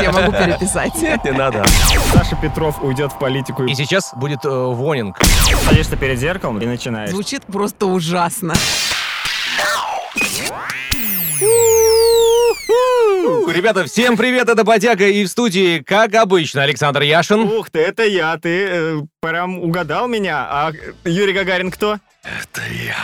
Я могу переписать. Не надо. Саша Петров уйдет в политику И и сейчас будет э, вонинг. садишься перед зеркалом и начинаешь. Звучит просто ужасно. У, Ребята, всем привет, это Бодяга, и в студии, как обычно, Александр Яшин. Ух ты, это я, ты э, прям угадал меня. А э, Юрий Гагарин кто? Это я.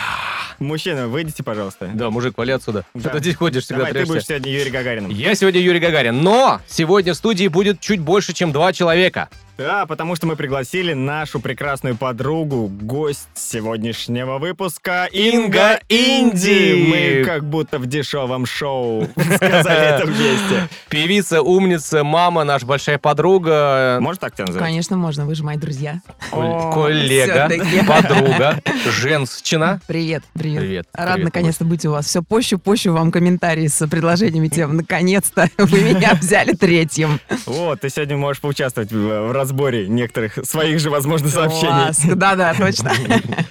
Мужчина, выйдите, пожалуйста. Да, мужик, вали отсюда. Да. Что ты здесь ходишь, себя Давай, ты трешься? будешь сегодня Юрий Гагарином. Я сегодня Юрий Гагарин, но сегодня в студии будет чуть больше, чем два человека. Да, потому что мы пригласили нашу прекрасную подругу, гость сегодняшнего выпуска Инга Инди. Мы как будто в дешевом шоу сказали это вместе. Певица, умница, мама, наша большая подруга, Можешь так тебя называть? Конечно, можно, вы же мои друзья. кол- О, коллега, всё-таки. подруга, женщина. Привет, привет. Привет, Рад привет, наконец-то быть у вас. Все пощу, пощу вам комментарии с предложениями тем. Наконец-то вы меня взяли третьим. Вот, ты сегодня можешь поучаствовать в, э, в разборе некоторых своих же, возможно, сообщений. Класс. Да-да, точно.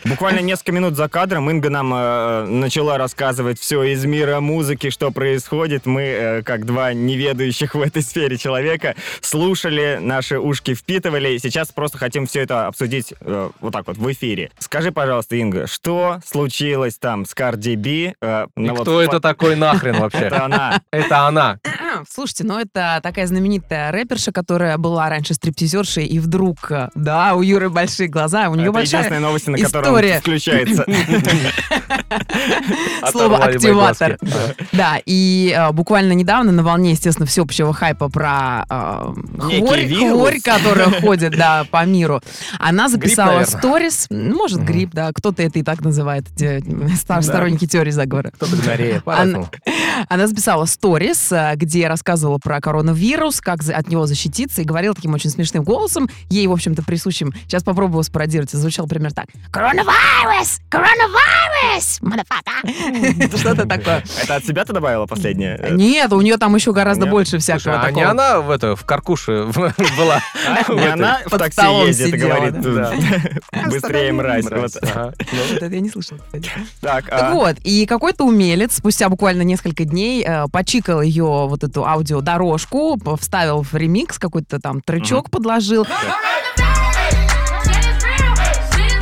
Буквально несколько минут за кадром Инга нам э, начала рассказывать все из мира музыки, что происходит. Мы, э, как два неведающих в этой сфере человека, слушали, наши ушки впитывали. И сейчас просто хотим все это обсудить э, вот так вот в эфире. Скажи, пожалуйста, Инга, что случилось там с Cardi B? И Э, ну вот кто фа- это такой нахрен Это вообще? она. Это она. Слушайте, ну это такая знаменитая рэперша, которая была раньше стриптизершей, и вдруг, э, да, у Юры большие глаза, у нее Это большая единственная новость, на которую он история. включается. Слово Оторвали мои «активатор». глазки. Да, и э, буквально недавно на волне, естественно, всеобщего хайпа про э, Некий хворь, вирус. хворь, которая ходит да, по миру, она записала наверное. сторис, ну, может, грипп, да, кто-то это и так называет, те- стар- сторонники теории заговора. Кто-то гнореет, Она- Она записала сторис, э, где рассказывала про коронавирус, как за- от него защититься, и говорила таким очень смешным голосом, ей, в общем-то, присущим. Сейчас попробую спародировать. Звучало примерно так. Коронавирус! Коронавирус! Мадафака! Что-то такое. Это от себя ты добавила последнее? Э, Нет, у нее там еще гораздо Нет. больше всякого Слушай, а не такого. она в это в каркуше была? А? Не Вот она в под такси столом ездит и сидела, говорит да. «Тут быстрее, мразь. Вот. Ага. Вот это я не слышала, кстати. Так, Так а, вот, и какой-то умелец спустя буквально несколько дней э, почикал ее вот эту аудиодорожку, п- вставил в ремикс, какой-то там тречок подложил.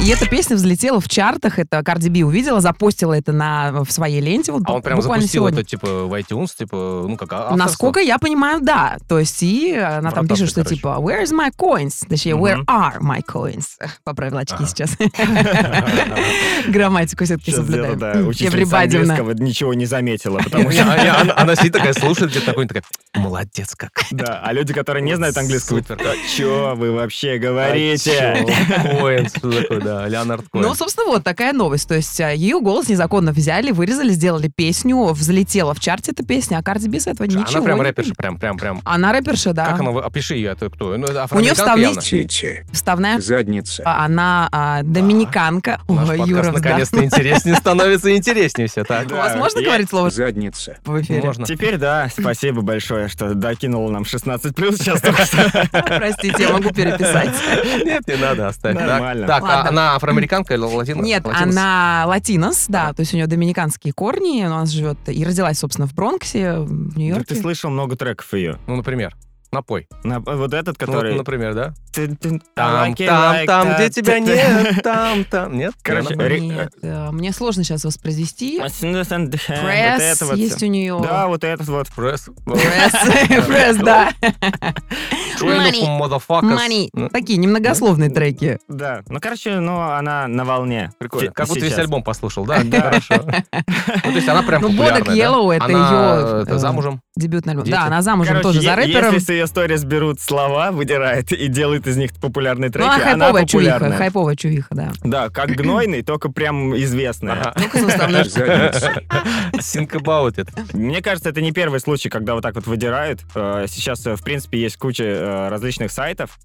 И эта песня взлетела в чартах, это Cardi B увидела, запостила это на, в своей ленте. Вот, А он прям буквально запустил сегодня. это, типа, в iTunes, типа, ну как, а- авторство? Насколько я понимаю, да. То есть, и она там Вратарка, пишет, что короче. типа Where is my coins? Точнее, where Мгм. are my coins? Поправила очки Ага. сейчас. Грамматику все-таки Сейчас где-то, соблюдаем. да, М, учительница everybody, да. английского ничего не заметила, потому Не, что... а я- Она она сидит такая, слушает где-то такой, такая, молодец как. Да, а люди, которые не знают английского, Супер. «Да чё вы вообще говорите? А Коэн, что такое, да, Леонард Коэн. Ну, собственно, вот такая новость. То есть а, ее голос незаконно взяли, вырезали, сделали песню, взлетела в чарте эта песня, а Карди Би с этого ничего Она прям не рэперша, понимает. прям, прям, прям. Она рэперша, да. Как она, вы- опиши ее, это кто? Ну, это У нее афроамериканка вставные явно. Чичи, Вставная задница. а, она а, доминиканка. Наш Ой, подкаст Юра, да. наконец-то интереснее становится, интереснее все, так? У вас Да, можно я- говорить слово Задница. в эфире? Можно. Теперь да, спасибо большое, что докинул нам 16 плюс сейчас только что. Простите, я могу переписать. Нет, не надо, оставь. Так, Нормально. Так, а Ладно. она афроамериканка или латина? Нет, Латинос? она латинос, А. да, то есть у нее доминиканские корни, она живет и родилась, собственно, в Бронксе, в Да Нью-Йорке. Ты слышал много треков ее. Ну, например, напой. Вот этот, Ну, вот, который... например, да? Тын, тын, I Там, like it там, like там, где that. тебя нет, там, там. Нет? Короче, Лена? ре- Нет, э, мне сложно сейчас воспроизвести. Вот Пресс это вот есть всё. у нее. Да, вот этот вот. Пресс. Ну, Пресс, пресс, да. Train of motherfuckers. Money. Ну, Такие немногословные треки. Да. Ну, короче, ну, она на волне. Прикольно. Фе- Как будто весь сейчас. альбом послушал, да? Хорошо. Ну, то есть она прям Ну, популярная, Bodak да? Yellow это Она, её, это, э, замужем. Дебютный альбом. Дети. Да, она замужем Короче, тоже е- за рэпером. Ну, Если с ее сторис берут слова, выдирает и делает из них популярные Ну, треки, она она хайповая чувиха, популярная. хайповая чувиха, да. Да, как гнойный, только прям известная. Ага. Задница. Think about it. Мне кажется, это не первый случай, когда вот так вот выдирают. Э, Сейчас, э, в принципе, есть куча э, различных сайтов,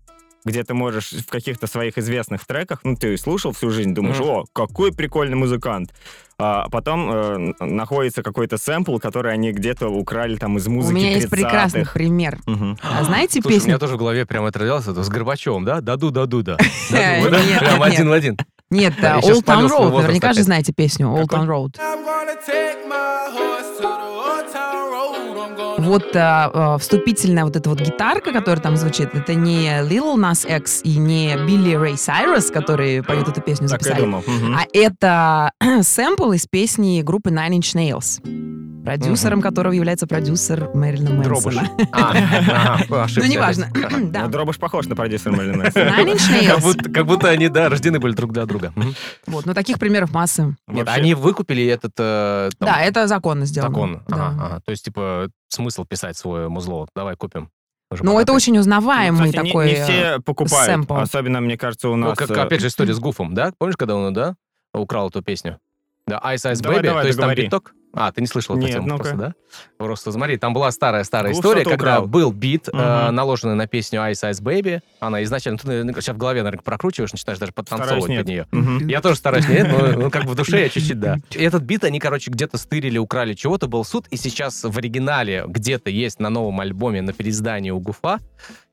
где ты можешь в каких-то своих известных треках, ну, ты слушал всю жизнь, думаешь, Мгм. о, какой прикольный музыкант. А потом э, н- находится какой-то сэмпл, который они где-то украли там из У музыки меня есть 30-х. прекрасный пример. Мгм. А знаете Слушай, у меня песню? тоже в голове прям это родилось, это с Горбачевым, да? Даду, даду, да. Э, Даду, да? нет, Прям нет, один в один. Нет, Я э, щас Old вспомнил Town свой Road. возраст Наверняка же опять. знаете песню Old Town Road. I'm gonna take my horse to the old town road. I'm gonna вот а, а, вступительная вот эта вот гитарка, которая там звучит, это не Lil Nas X и не Билли Рэй Сайрес, которые поют эту песню, Так я записали. думал. Мгм. А это сэмпл из песни группы Nine Inch Nails, продюсером которого является продюсер Мэрилина Дробыш. Мэнсона. А, ага, Ну, ошибся. неважно. Ну, Да. Дробыш похож на продюсера Мэрилин Nine Мэнсон. Inch Как Nails. будто, как будто они, да, рождены были друг для друга. Мгм. Вот, ну таких примеров масса. Нет, Вообще. они выкупили этот... э, там, Да, это законно сделано. Законно. Да. Ага, ага. То есть, типа, смысл писать свое музло. Давай купим. Мы же Ну, это богатые. очень узнаваемый Кстати, не- такой... э, э, Не все покупают. сэмпл. Особенно, мне кажется, у Ну, нас... как, э, опять же, история с Гуфом, да? Помнишь, когда он, да, украл эту песню? Да, Ice Ice Давай, Baby, давай, то есть там договори. биток. А, ты не слышал эту Нет, тему ну-ка. просто, да? Просто смотри, там была старая-старая Гуф история, что-то когда украл. был бит, э, Мгм. наложенный на песню Ice Ice Baby. Она изначально, ты сейчас в голове, наверное, прокручиваешь, начинаешь даже подтанцовывать Стараюсь, под нее. мгм. Я тоже стараюсь, нет, но ну, как бы в душе я чуть-чуть, да. И этот бит они, короче, где-то стырили, украли чего-то, был суд, и сейчас в оригинале где-то есть на новом альбоме на переиздании у Гуфа,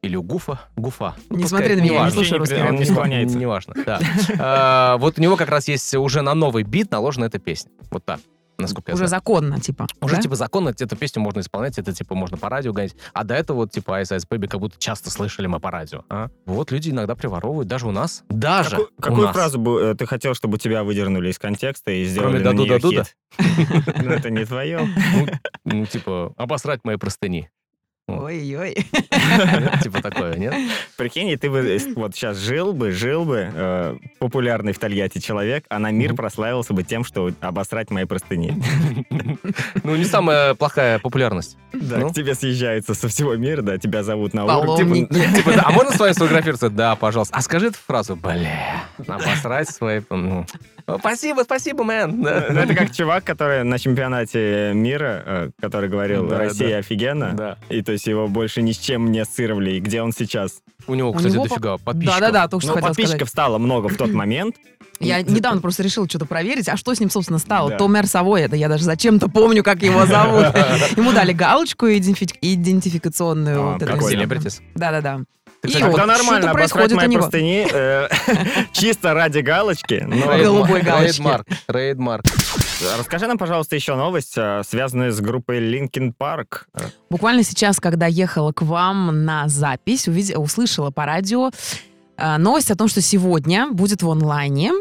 или у Гуфа, Гуфа. Ну, Не пускай, смотри на меня, я не неважно. слушаю Вообще не русский при- рок. он не склоняется. Неважно, да. А, Вот у него как раз есть уже на новый бит наложена эта песня. Вот так, насколько я Уже знаю. законно, типа. Уже, да? типа, законно эту песню можно исполнять, это, типа, можно по радио гонять. А до этого, вот, типа, Ice Ice Baby как будто часто слышали мы по радио. а? Вот люди иногда приворовывают, даже у нас. Даже Какую- у Какую нас. фразу бы э, ты хотел, чтобы тебя выдернули из контекста и сделали на «Даду, нее даду, да». хит? Ну, это не твое. Ну, ну, типа, обосрать мои простыни. Ой-ой. Нет, Типа такое, нет? Прикинь, и ты бы э, вот сейчас жил бы, жил бы э, популярный в Тольятти человек, а на мир Мгм. прославился бы тем, что обосрать мои простыни. Ну, не самая плохая популярность. Да, типа, Ну. к тебе съезжаются со всего мира, да, тебя зовут на Паломники. улицу. Помни. Типа, да, а можно с вами сфотографироваться? Да, пожалуйста. А скажи эту фразу, бля, обосрать свои... м. О, Спасибо, спасибо, мэн. Ну, Да. это как чувак, который на чемпионате мира, э, который говорил, Да, Россия да. офигенно, Да. и то есть его больше ни с чем не ассоциировали. И где он сейчас? У него, У кстати, него дофига подписчиков. Да-да-да, только что Ну, хотела подписчиков сказать. стало много в тот момент. Я Ну, недавно просто решила что-то проверить, а что с ним, собственно, стало? Да. Томер Савой, это я даже зачем-то помню, как его зовут. Ему дали галочку идентифи- идентификационную. А, вот эту Как Прикольно. всю. селебритис. Да-да-да. И Ты, кстати, вот Тогда что-то нормально, обосрать происходит у мои него. простыни э, чисто ради галочки. но- Рейд- голубой Рейдмарк, галочки. Рейдмарк, рейдмарк. Расскажи нам, пожалуйста, еще новость, э, связанную с группой Linkin Park. Э, Буквально сейчас, когда ехала к вам на запись, увиде- услышала по радио э, новость о том, что сегодня будет в онлайне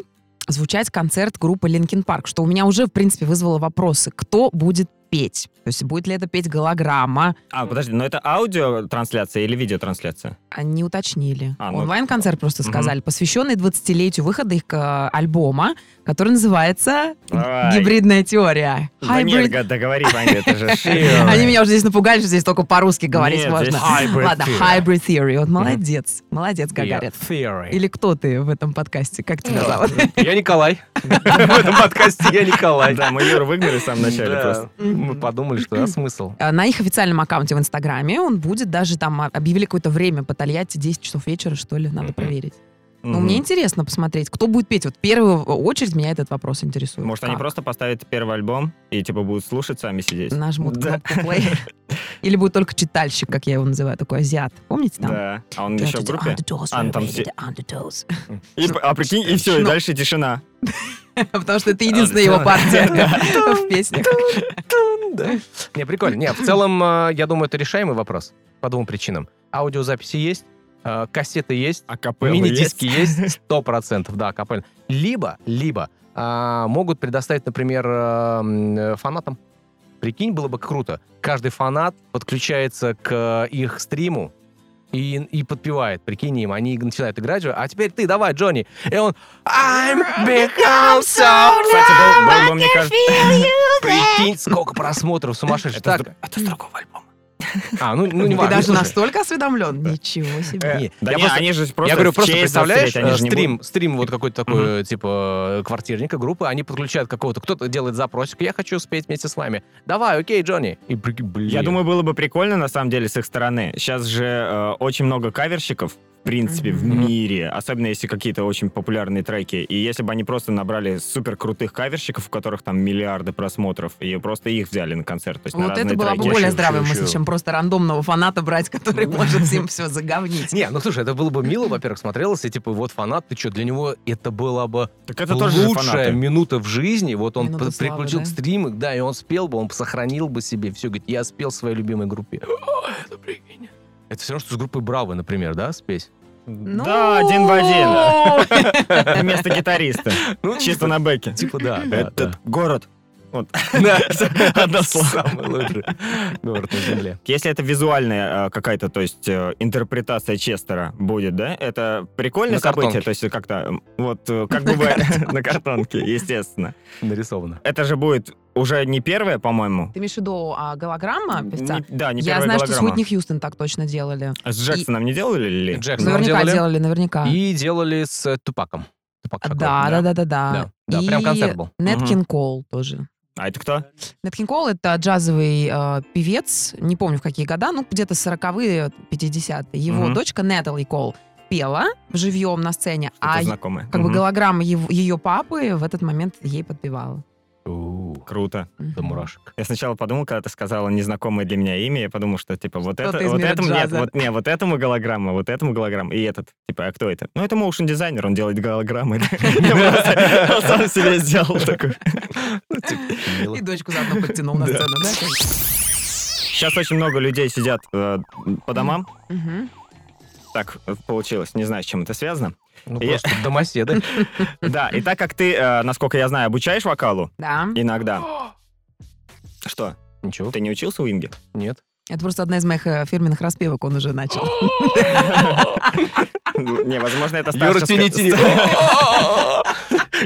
звучать концерт группы Linkin Park, что у меня уже, в принципе, вызвало вопросы, кто будет петь. То есть будет ли это петь голограмма? А, подожди, но это аудиотрансляция или видеотрансляция? А, Не уточнили. А, ну, Онлайн-концерт просто мгм. сказали, посвященный 20-летию выхода их э, альбома, который называется Ай. «Гибридная теория». Да нет, Hybrid. га- договори, Ваня, это же Они меня уже здесь напугали, что здесь только по-русски говорить Нет, можно. здесь hybrid Ладно, theory. hybrid theory. Вот молодец, молодец, Гагарин. Theory. Или кто ты в этом подкасте? Как тебя зовут? Я Николай. В этом подкасте я Николай. Да, мы Юру выгнали в самом начале Да. просто. Мы подумали, что а, смысл. Э, На их официальном аккаунте в Инстаграме он будет даже там а, объявили какое-то время по Тольятти, 10 часов вечера, что ли, надо Мгм. проверить. Но Мгм. Ну, мне интересно посмотреть, кто будет петь. Вот в первую очередь меня этот вопрос интересует. Может, они Как? просто поставят первый альбом и типа будут слушать сами сидеть? нажмут Да. кнопку play. Или будет только читальщик, как я его называю, такой азиат. Помните там? Да. А он еще в группе? Underdose, А, ну, там rated все- underdose. И п- а прикинь, и все, и Ну. дальше тишина. Потому что это единственная его партия в песнях. Не, прикольно. Не, в целом, э, я думаю, это решаемый вопрос. По двум причинам. Аудиозаписи есть, э, кассеты есть, А капелла мини-диски есть? есть, сто процентов, да, капель. Либо, либо а, могут предоставить, например, э, м, э, фанатам. Прикинь, было бы круто. Каждый фанат подключается к их стриму и, и подпевает. Прикинь им, они начинают играть, а теперь ты, давай, Джонни. И он... I'm become so Кстати, был- был бы, мне кажется... Прикинь, сколько просмотров сумасшедших. Это с Так, это с другого альбома. А, ну, ну Ты не важно. даже слушай. настолько осведомлен? Ничего себе. Не, Да я не, просто- они же просто я говорю, в просто честь представляешь, застрелить, они э, же не стрим, будут. стрим вот какой-то такой, типа, квартирника группы, они подключают какого-то, кто-то делает запросик, я хочу спеть вместе с вами. Давай, окей, Джонни. И, прикинь, блин. Я думаю, было бы прикольно, на самом деле, с их стороны. Сейчас же э, очень много каверщиков в принципе, в Мгм. мире. Особенно если какие-то очень популярные треки. И если бы они просто набрали супер крутых каверщиков, у которых там миллиарды просмотров, и просто их взяли на концерт. То есть на Вот это разные была бы треки. Я более щас- здравая щас- мысль, чем просто рандомного фаната брать, который может всем все заговнить. Не, ну слушай, это было бы мило, во-первых, смотрелось, и типа, вот фанат, ты что, для него это было бы Так это тоже же лучшая фанаты. минута в жизни. Вот он Минута п- славы, переключил да? стримы, да, и он спел бы, он сохранил бы себе все. Говорит, я спел в своей любимой группе. О, это прикинь. Это все равно, что с группой Браво, например, да, спеть? Ну, Да, один в один. Вместо гитариста. Ну, Чисто на бэке. Типа, да, да, Этот город. Вот. да. Одно слово. Самый лучший город на земле. Если это визуальная э, какая-то, то есть э, интерпретация Честера будет, да? Это прикольное На событие, картонке. то есть как-то м, вот э, как бывает на картонке, естественно. Нарисовано. Это же будет уже не первое, по-моему. Ты имеешь в виду а, голограмма певца? Не- Да, не Я первая знаю, что с голограмма. Уитни Хьюстон так точно делали. А С Джексоном не делали ли? Ну, Джексон Наверняка ну, делали. делали, наверняка. А, И делали с э, Тупаком. Тупак Шакур, Да, да, да, да, Да, да. да, прям И концерт был. Нэт Мгм. Кинг Коул тоже. А это кто? Нэт Кинг Коул — это джазовый э, певец, не помню в какие года, ну где-то 40-е, 50-е. Его Мгм. дочка Нетали Коул пела живьем на сцене, а Это знакомое. как бы Мгм. голограмма его- ее папы в этот момент ей подпевала. У, Круто. До мурашек. Я сначала подумал, когда ты сказала незнакомое для меня имя, я подумал, что типа вот Кто-то это, из вот мира этому нет, джаза. вот не, вот этому голограмма, вот этому голограмма и этот. Типа, а кто это? Ну это моушен дизайнер, он делает голограммы. Я просто сам себе сделал такую. Типа, Мило. И дочку заодно подтянул на Да. сцену, да? Сейчас очень много людей сидят э, по домам. Мгм. Так э, получилось, не знаю, с чем это связано. Ну, Я- просто домоседы. Да, и так как ты, э, насколько я знаю, обучаешь вокалу Да. иногда. Что, Ничего, ты не учился у Инги? нет. Это просто одна из моих э, фирменных распевок, он уже начал. Не, возможно, это Юра, тяни, старческое- тяни.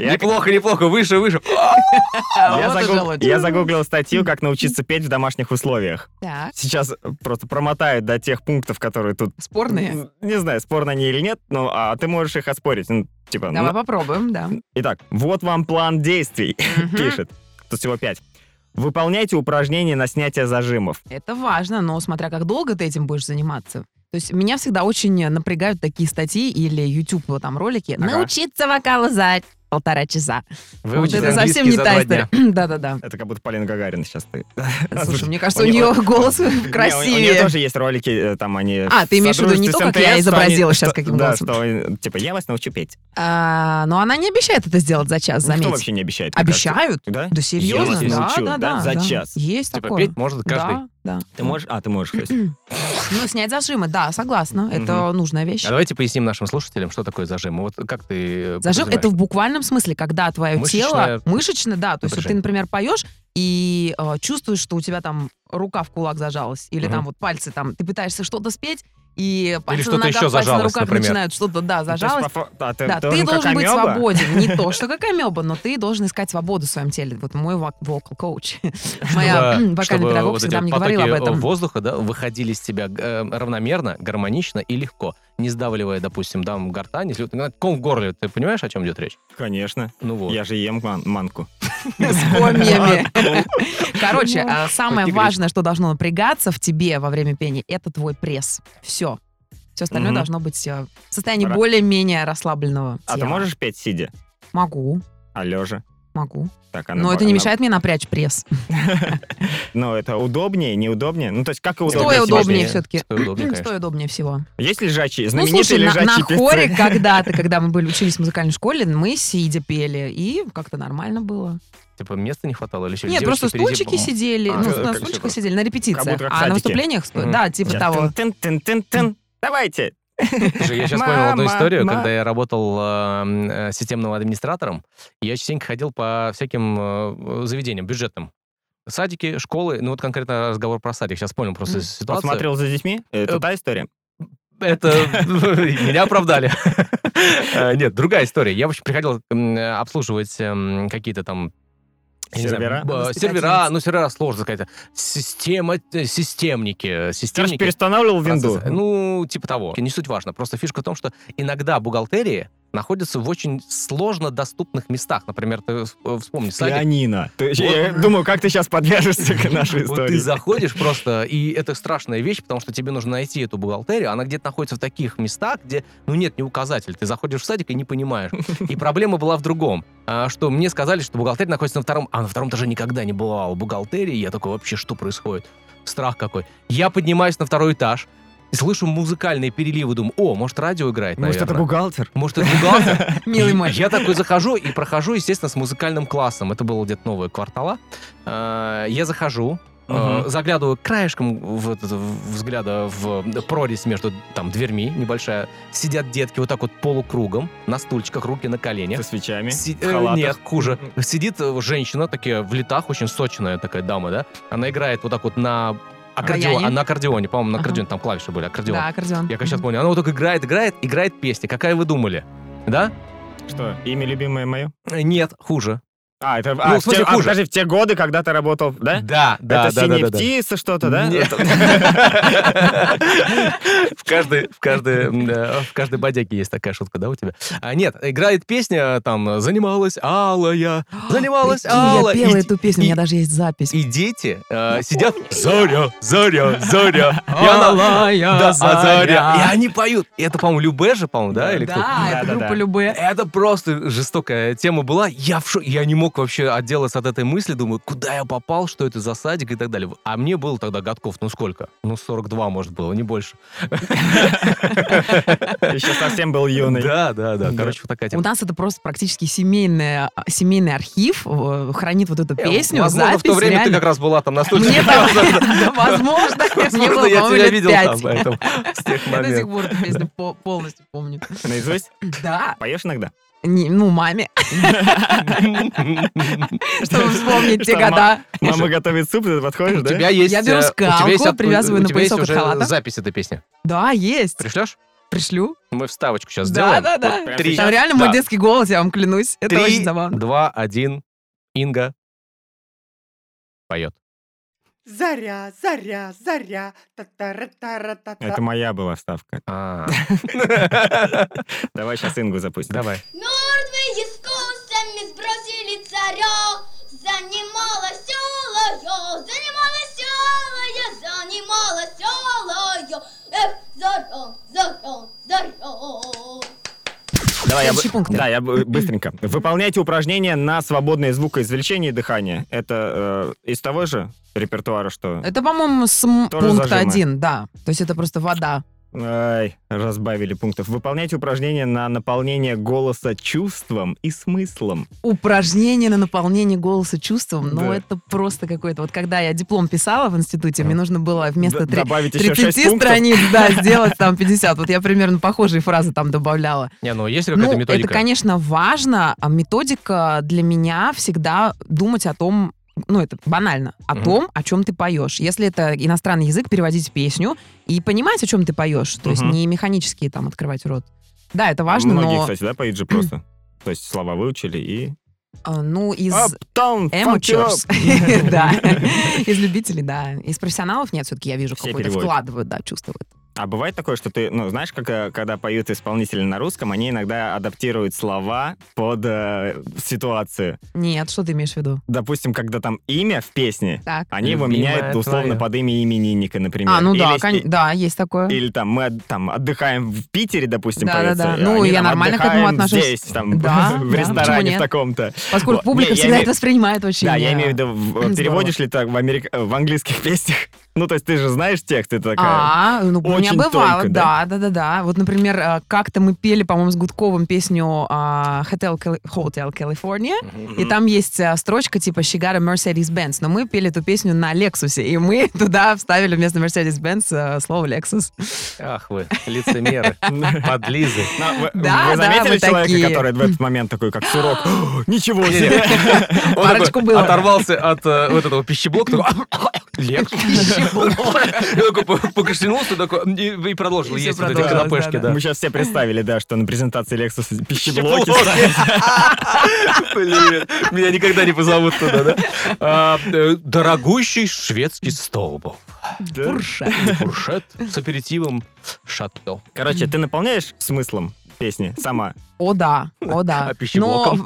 Я- Неплохо, неплохо, выше, выше. Я, А Вот уже загуг- лучше. я загуглил статью, как научиться петь в домашних условиях. Так, Сейчас просто промотают до тех пунктов, которые тут... спорные. Не знаю, спорно они или нет, но а ты можешь их оспорить. Ну, типа, Давай на- попробуем, да. Итак, вот вам план действий, Мгм. пишет. Тут всего пять. Выполняйте упражнения на снятие зажимов. Это важно, но смотря как долго ты этим будешь заниматься. То есть меня всегда очень напрягают такие статьи или YouTube вот там ролики. Ага. Научиться вокалу за полтора часа. Вот Выучите это совсем английский не за та два история. дня. Да-да-да. Это как будто Полина Гагарина сейчас ты. Слушай, мне кажется, У у нее- нее голос Не, У, у нее красивее. тоже есть ролики, э, там они... А, ты имеешь в виду не содружество то, как я МТС, что изобразила они- сейчас, что- каким да, голосом. что, э, типа, я вас научу петь. А, Но она не обещает это сделать за час, Никто заметь. вообще не обещает. мне Обещают? кажется. Да? Да серьезно? Я Да, вас научу, да, да. За да. час. Есть Типа, такое. петь может каждый. Да, да. Ты можешь... А, ты можешь. то есть. Ну, снять зажимы, да, согласна. Это нужная вещь. А давайте поясним нашим слушателям, что такое зажим. Вот как ты э, Зажим это в подразумеваешь? буквальном смысле, когда твое Мышечное тело мышечно, да, то есть вот ты, напряжение. например, поешь и э, чувствуешь, что у тебя там рука в кулак зажалась, или Мгм. там вот пальцы там, ты пытаешься что-то спеть, и пальцы что-то на ногах, еще пальцы на зажалось, руках например. Ну, начинают что-то, да, зажалось. То есть, по фа- а, ты да, ты должен как должен быть амеба? свободен. Не то, что как амеба, но ты должен искать свободу в своем теле. Вот мой вокал коуч, моя Чтобы- м, вокальный чтобы педагог вот всегда эти мне вот говорила об потоки, э, этом. воздуха да, выходили из тебя э, равномерно, гармонично и легко, не сдавливая, допустим, дам гортань, если вот ком в горле, ты понимаешь, о чем идет речь? Конечно. Ну вот. Я же ем ман- манку. с комьями. Короче, Ну, а, самое Как играть. важное, что должно напрягаться в тебе во время пения, это твой пресс. Все. Все остальное Мгм. должно быть э, в состоянии Ра- более-менее расслабленного А ты тела. можешь петь сидя? Могу, А лежа? могу. Так, она Но ба- это не она- мешает мне напрячь пресс. Но это удобнее, неудобнее? Ну, то есть, как и удобнее? Стоя тебе удобнее петь? все-таки. Стоя удобнее, конечно. Стоя удобнее всего. Есть лежачие, Ну, знаменитые слушай, на, лежачие на певцы? хоре когда-то, когда мы были учились в музыкальной школе, мы сидя пели, и как-то нормально было. Типа места не хватало или что? Нет, просто стульчики сидели, А, ну, как- на как стульчиках всё сидели, на репетициях. как в А садике. на выступлениях стоя, Мгм. да, типа Сейчас. того. Тын-тын-тын-тын-тын. Давайте. Слушай, я сейчас понял одну Мама, историю, мама. когда я работал э, м, э, системным администратором, я частенько ходил по всяким э, заведениям бюджетным. Садики, школы, ну вот конкретно разговор про садик, сейчас понял просто Мгм. ситуацию. Посмотрел за детьми? Это Э, та история? Это меня оправдали. Э, Нет, другая история. Я, в общем, приходил м, э, обслуживать эм, какие-то там я не знаю, Сервера? б- э, сервера, Воспитательниц. ну, сервера сложно сказать. Система, э, системники, э, Ты же системники. перестанавливал винду. Ну, процесса. Ну, типа того. Не суть важно. Просто фишка в том, что иногда бухгалтерии находятся в очень сложно доступных местах. Например, ты э, вспомни, садик. Пианино. Ты- Вот. Я думаю, как ты сейчас подвяжешься к нашей Вот ты истории. заходишь просто, и это страшная вещь, потому что тебе нужно найти эту бухгалтерию. Она где-то находится в таких местах, где, ну, нет ни указатель. Ты заходишь в садик и не понимаешь. И проблема была в другом. А, Что мне сказали, что бухгалтерия находится на втором... А на втором этаже никогда не бывало бухгалтерии. Я такой, вообще, что происходит? Страх какой. Я поднимаюсь на второй этаж, и слышу музыкальные переливы, думаю, о, может, радио играет, Может, это наверное. бухгалтер? Может, это бухгалтер? Милый И мой. Я такой захожу и прохожу, естественно, с музыкальным классом. Это было где-то новые квартала. А, Я захожу, Мгм. э, заглядываю краешком в этот- в- взгляда в э, прорезь между там дверьми небольшая. Сидят детки вот так вот полукругом на стульчиках, руки на коленях. Со свечами, Си- в э, халатах. Нет, хуже. Сидит э, женщина, такая в летах, очень сочная такая дама, да? Она играет вот так вот на аккордеоне, Баяне? на аккордеоне, по-моему, на Ага. аккордеоне, там клавиши были, аккордеон. Да, аккордеон. Я как сейчас понял. Она вот так играет, играет, играет песни. Какая вы думали? Да? Что, имя любимое мое? Э, Нет, хуже. А, это... а, Ну, в смысле, в те- а, хуже. подожди, в те годы, когда ты работал, да? Да, да, да, это да, синие да, да. птицы что-то, да? Нет. В каждой, в каждой, м, да, в каждой бодяге есть такая шутка, да, у тебя? А, нет, играет песня а, там «Занималась алая, занималась Прикинь, Я алая». И пела д- эту Ну, песню, у и- меня даже есть запись. И дети э, сидят «Зоря, Зоря, Зоря». И она- Алая Да, а, заря. «Зоря». И они поют. И это, по-моему, Любе же, по-моему, да? или Да, кто? Да, А, это да, группа да. Любе. Это просто жестокая тема была. Я в шо- Я не мог вообще отделаться от этой мысли. Думаю, куда я попал, что это за садик и так далее. А мне было тогда годков, ну сколько? Ну, 42, может, было, не больше. Еще совсем был юный. Да, да, да. Да. Короче, вот такая У тема. нас это просто практически семейная, семейный архив э, хранит вот эту песню, Возможно, запись. в то время ты реально. как раз была там на стульчике. Мне там, да, возможно, мне было, Возможно, я по-моему, тебя лет видел там, пять. поэтому с тех Я до сих моментов. пор эту песню по- полностью помню. Наизусть? Да, Поешь иногда? не- ну, маме, чтобы вспомнить те Что, ма- года. Мама готовит суп, ты подходишь, У да? тебя есть... Я беру э, у тебя скалку, есть от- привязываю у на тебя есть поясок от уже халата. запись этой песни. Да, есть. Пришлешь? Пришлю. Мы вставочку сейчас Да, сделаем. да, да. прямо Три. Там реально мой Да. детский голос, я вам клянусь. Это Три, очень забавно. два, один. Инга поет. Заря, заря, заря, та-та-ра-та-ра-та-та. Это моя была ставка. А. Давай сейчас Ингу запустим. Давай. Мертвые искусствами сбросили царя, занималась олою, занималась олою, занималась олою, эх, заря, заря, заря. Давай, я бы- Следующий пункт. Да, я бы- э, быстренько. Выполняйте упражнения на свободное звукоизвлечение и дыхание. Это э, из того же репертуара, что... Это, по-моему, с м- Тоже пункта зажимы. один, да. То есть это просто вода. Ай, разбавили пунктов. Выполняйте упражнения на наполнение голоса чувством и смыслом. упражнение на наполнение голоса чувством, но Да. это просто какое-то... Вот когда я диплом писала в институте, Да. мне нужно было вместо Д- три- Добавить еще 30 шесть пунктов. страниц, да, сделать там 50. Вот я примерно похожие фразы там добавляла. Не, ну есть ли какая-то ну, методика? это, конечно, важно. А методика для меня всегда думать о том, ну, это банально, о Мгм. том, о чем ты поешь. Если это иностранный язык, переводить песню и понимать, о чем ты поешь. То есть Мгм. не механически там открывать рот. Да, это важно, Многие, но... кстати, да, поют же просто. То есть слова выучили и... э, Ну, из... А Uptown, funk you up. Amateurs. Да. Из любителей, да. Из профессионалов нет, все-таки я вижу, Все какой-то переводят. вкладывают, да, чувствуют. А бывает такое, что ты, ну, знаешь, как, э, когда поют исполнители на русском, они иногда адаптируют слова под э, ситуацию. Нет, что ты имеешь в виду? Допустим, когда там имя в песне, Так. они его Любимая меняют условно твоя. под имя именинника, например. А, ну Или да, с- кон- да, есть такое. Или там мы от- там отдыхаем в Питере, допустим, Да-да-да. поется, и Ну, они я там нормально к этому «Отдыхаем отношусь». Здесь, Да, там, в да, почему ресторане в нет? таком-то. Поскольку вот, публика не, я всегда имею- это воспринимает очень... Да, я э, имею в виду, в- здорово. переводишь ли так в, америк- э, в английских песнях? Ну, то есть ты же знаешь текст, ты такая... А, ну, у меня Очень бывало, тонко, да, да, да, да. Вот, например, э, как-то мы пели, по-моему, с Гудковым песню а, Hotel, Cali- Hotel California, и там есть э, строчка типа She got a Mercedes-Benz, но мы пели эту песню на Лексусе, и мы туда вставили вместо Mercedes-Benz э, слово Lexus. Ах вы, лицемеры, подлизы. На- «Ну, вы, Да, да, вы заметили мы человека, такие. который в этот момент такой, как сурок? «О, Ничего себе! Он Парочку такой было. Оторвался от э, вот этого пищеблока. такой, «А, Лек. Я такой по- покашлянулся такой и и продолжил И всё есть вот эти продолжилось, канапешки, да-да. да. Мы сейчас все представили, да, что на презентации Lexus пищеблоки. Пищеблоки. Блин, меня никогда не позовут туда, да? А, э, Дорогущий шведский стол был. Да. Бурша. Фуршет с аперитивом шато. Короче, ты наполняешь смыслом песни сама? О да, о да. А Но пищеблоком?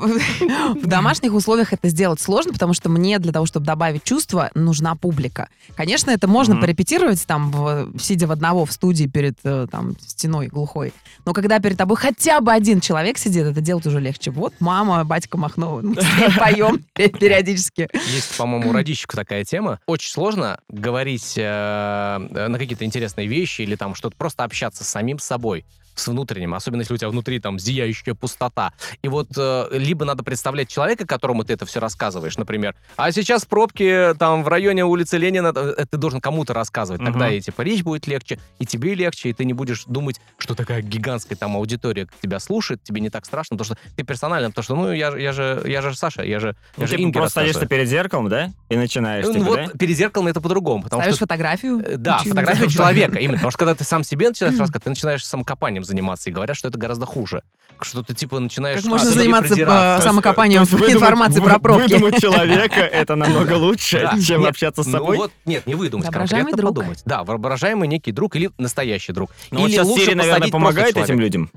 в домашних условиях это сделать сложно, потому что мне для того, чтобы добавить чувства, нужна публика. Конечно, это можно Мгм. порепетировать, там, в- сидя в одного в студии перед э, там, стеной глухой. Но когда перед тобой хотя бы один человек сидит, это делать уже легче. Вот мама, батька Махнова, мы с ним поем периодически. Есть, по-моему, у родичек такая тема. Очень сложно говорить э, на какие-то интересные вещи или там что-то, просто общаться с самим собой, с внутренним, особенно если у тебя внутри там зияющая пустота. И вот э, либо надо представлять человека, которому ты это все рассказываешь, например, а сейчас пробки там в районе улицы Ленина, э, ты должен кому-то рассказывать, тогда Мгм. и типа речь будет легче, и тебе легче, и ты не будешь думать, что такая гигантская там аудитория тебя слушает, тебе не так страшно, потому что ты персонально, потому что ну я, же- я же я же Саша, я же, я Ну, же типа, Инге просто рассказываю. садишься перед зеркалом, да? И начинаешь, Ну, типа, вот да? перед зеркалом это по-другому, потому Ставишь что... фотографию? э, Да, Ничего не фотография забыл. человека, именно. Потому что когда ты сам себе начинаешь рассказывать, ты начинаешь самокопанием заниматься. И говорят, что это гораздо хуже. Что ты типа начинаешь... Как можно к себе заниматься придираться. э, самокопанием То есть в выдумать- информации про вы- пробки? Выдумать человека — это намного лучше, Да. чем Нет, общаться с Ну собой. вот, нет, не выдумать, Воображаемый конкретно друг. подумать. Да, воображаемый некий друг или настоящий друг. Ну, вот или сейчас лучше Сири, наверное, посадить просто помогает этим человека. людям.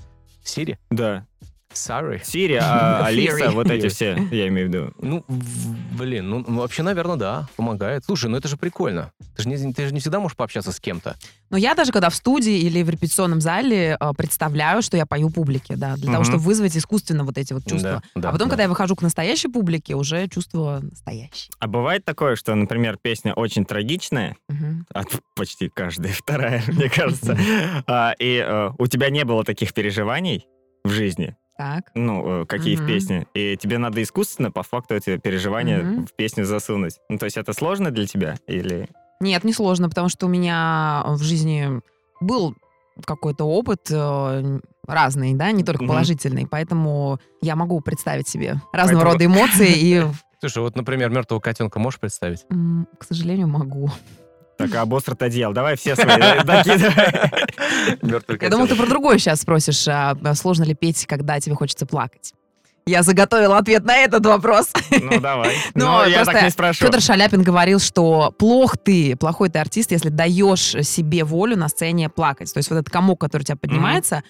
Сири? Да. Sorry. Сири, а, Fury. Алиса, вот эти все, я имею в виду. Ну, в- блин, ну вообще, наверное, да, помогает. Слушай, ну это же прикольно. Ты же не, ты же не всегда можешь пообщаться с кем-то. Но я даже когда в студии или в репетиционном зале э, представляю, что я пою публике, да, для того, Мгм. чтобы вызвать искусственно вот эти вот чувства. Да, да, а потом, да. когда я выхожу к настоящей публике, уже чувство настоящее. А бывает такое, что, например, песня очень трагичная, Мгм. а, тьф, почти каждая вторая, мне кажется, А, и э, у тебя не было таких переживаний в жизни, Так. ну, э, какие в Мгм. песне, и тебе надо искусственно по факту эти переживания Мгм. в песню засунуть. Ну, то есть это сложно для тебя? Или... Нет, не сложно, потому что у меня в жизни был какой-то опыт э, разный, да, не только Мгм. положительный, поэтому я могу представить себе разного Поэтому- рода эмоции и, Слушай, вот, например, мертвого котенка можешь представить? м, к сожалению, могу. Так, а обосрат одеял, давай все свои да, докидывай. Мертвый Я думал, ты про другое сейчас спросишь. а, а сложно ли петь, когда тебе хочется плакать? Я заготовила ответ на этот вопрос. Ну, давай. Ну, Но я просто так не спрошу. Федор Шаляпин говорил, что плох ты, плохой ты артист, если даешь себе волю на сцене плакать. То есть вот этот комок, который у тебя поднимается,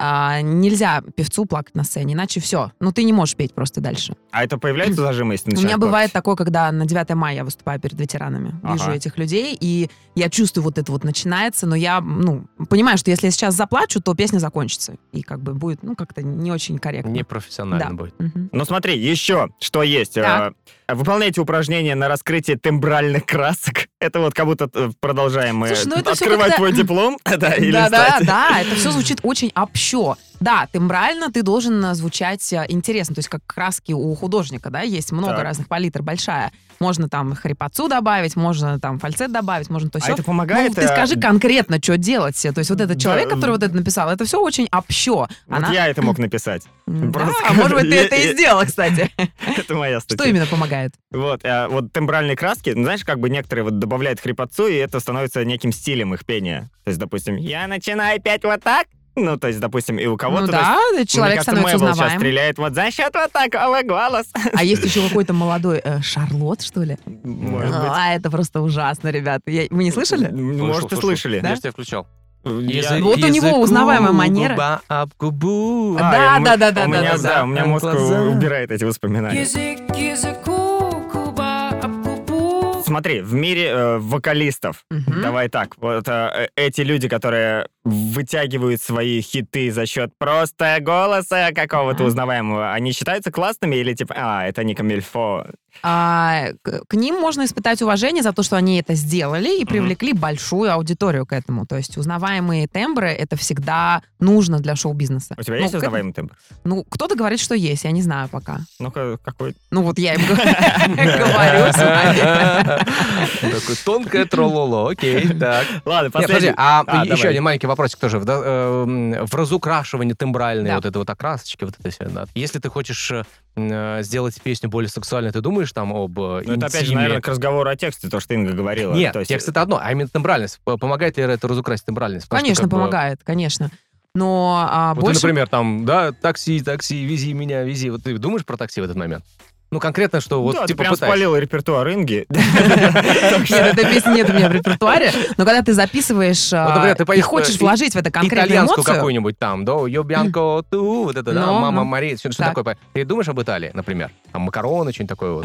а, нельзя певцу плакать на сцене, иначе все. Ну, ты не можешь петь просто дальше. А это появляется зажимы, если У меня начинаешь бывает плакать? такое, когда на 9 мая я выступаю перед ветеранами. Ага. Вижу этих людей, и я чувствую, вот это вот начинается, но я, ну, понимаю, что если я сейчас заплачу, то песня закончится. И как бы будет, ну, как-то не очень корректно. Непрофессионально Да. будет. Мгм. Ну смотри, еще что есть. Так. Э, Выполняйте упражнения на раскрытие тембральных красок. Это вот как будто э, продолжаем мы Слушай, ну это всё открывать как-то- твой диплом. Да, или да, да, стать- да, это все звучит очень общо. Да, тембрально ты должен э, звучать э, интересно, то есть как краски у художника, да, есть много Так. разных палитр, большая. Можно там хрипотцу добавить, можно там фальцет добавить, можно то А все. это помогает? Ну, ты э, скажи конкретно, что делать. э, То есть вот этот Да, человек, который э, вот это написал, это все очень общо. Вот я это мог написать. М, да, просто- а может быть, ты я- это и я- сделала, кстати. Это моя статья. Что именно помогает? Вот, э, вот тембральные краски, ну, знаешь, как бы некоторые вот добавляют хрипотцу, и это становится неким стилем их пения. То есть, допустим, я начинаю петь вот так. Ну, то есть, допустим, и у Ну кого-то... то есть, да, человек мне кажется, становится Мэйбл сейчас узнаваем. стреляет вот за счет вот такого голоса. А есть еще какой-то молодой э, Шарлот, что ли? Может быть. А, это просто ужасно, ребята. Я- Вы не слышали? М, Слышал, Может, и слышал. слышали. Я же тебя включал. Ну, Я- Вот у него узнаваемая манера. Губа об губу. А, А, да, и у да, м- да, да, У да, меня, да, да. да, у меня мозг Глаза. убирает эти воспоминания. Язык к языку, а, губа об губу. Смотри, в мире э, вокалистов, Мгм. давай так, вот э, эти люди, которые вытягивают свои хиты за счет просто голоса какого-то Ага. узнаваемого, они считаются классными или типа, а, это не камильфо? А, к, к ним можно испытать уважение за то, что они это сделали и привлекли большую аудиторию к этому. То есть узнаваемые тембры это всегда нужно для шоу-бизнеса. У тебя Ну, есть к- узнаваемый тембр? Ну, кто-то говорит, что есть, я не знаю пока. Ну-ка, какой? Ну, вот я им говорю. смотри. Такое тонкое трололо, окей, так. Ладно, Нет, подожди, последний. а А, еще давай. один маленький вопросик тоже. В, да- эм, в разукрашивании тембральной Да. вот это вот окрасочки, вот это все. Если ты хочешь э, э, сделать песню более сексуальной, ты думаешь там об э, Ну, это опять же, интиме? наверное, к разговору о тексте, то, что Инга говорила. Нет, то есть- э, текст это одно, а именно тембральность. П- Помогает ли это разукрасить тембральность? Потому что, Конечно, как бы, помогает, конечно. Но а, Вот ты, больше... например, там, да, такси, такси, вези меня, вези. Вот ты думаешь про такси в этот момент? Ну, конкретно, что вот да, ты типа прям пытаешься. спалил репертуар Инги. Нет, этой песни нет у меня в репертуаре, но когда ты записываешь а, Вот, например, ты и поешь, хочешь э, вложить в это конкретную итальянскую эмоцию, какую-нибудь там, да, Йо Бьянко ту, вот это, да, Ну, мама ну. Мария, что, что Так. такое. Ты думаешь об Италии, например? Там макароны, что-нибудь такое вот.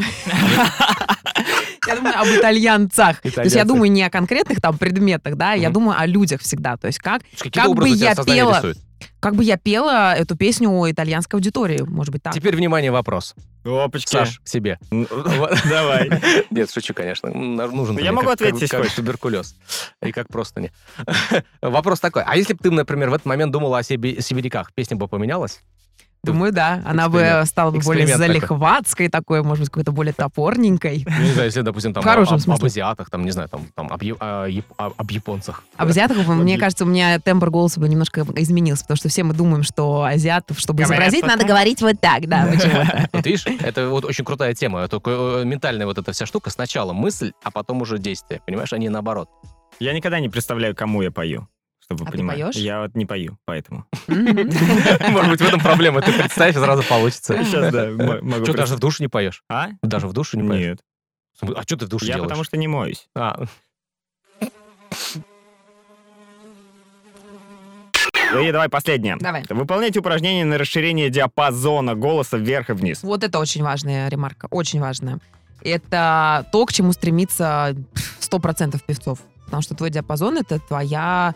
я думаю об итальянцах. То есть я Итальянцы. думаю не о конкретных там предметах, да, я Мгм. думаю о людях всегда. То есть как Какие-то бы образы у тебя я сознание пела- рисует. как бы я пела эту песню у итальянской аудитории, может быть, так. Теперь, внимание, вопрос. Опачки. Саш, себе. Ну, Вот. Давай. Нет, шучу, конечно. М, нам Нужен Я мне могу как- как- ответить, если как хочешь. туберкулез. И как просто не. Вопрос такой. А если бы ты, например, в этот момент думала о себе- сибиряках, песня бы поменялась? Думаю, да. Она бы Эксперимент. стала бы более Эксперимент такой. залихватской такой, может быть, какой-то более топорненькой. Ну, не знаю, если, допустим, там В хорошем об- об смысле. азиатах, там, не знаю, там, там об я- а, яп- а- об японцах. Об азиатах, мне Логично. кажется, у меня тембр голоса бы немножко изменился, потому что все мы думаем, что азиатов, чтобы Говорят изобразить, вот надо так. говорить вот так, да, почему-то. Вот видишь, это вот очень крутая тема. Только э, ментальная вот эта вся штука. Сначала мысль, а потом уже действие. Понимаешь, они наоборот. Я никогда не представляю, кому я пою. Чтобы вы А ты понимали. поешь? Я вот не пою, поэтому. Мгм. Может быть, в этом проблема. Ты представь, и сразу получится. Сейчас, да, мо- могу Что, представить. даже в душе не поешь? А? Даже в душе не поешь? Нет. А что ты в душе Я делаешь? потому что не моюсь. А, И давай последнее. Давай. Выполняйте упражнения на расширение диапазона голоса вверх и вниз. Вот это очень важная ремарка, очень важная. Это то, к чему стремится 100% певцов. Потому что твой диапазон — это твоя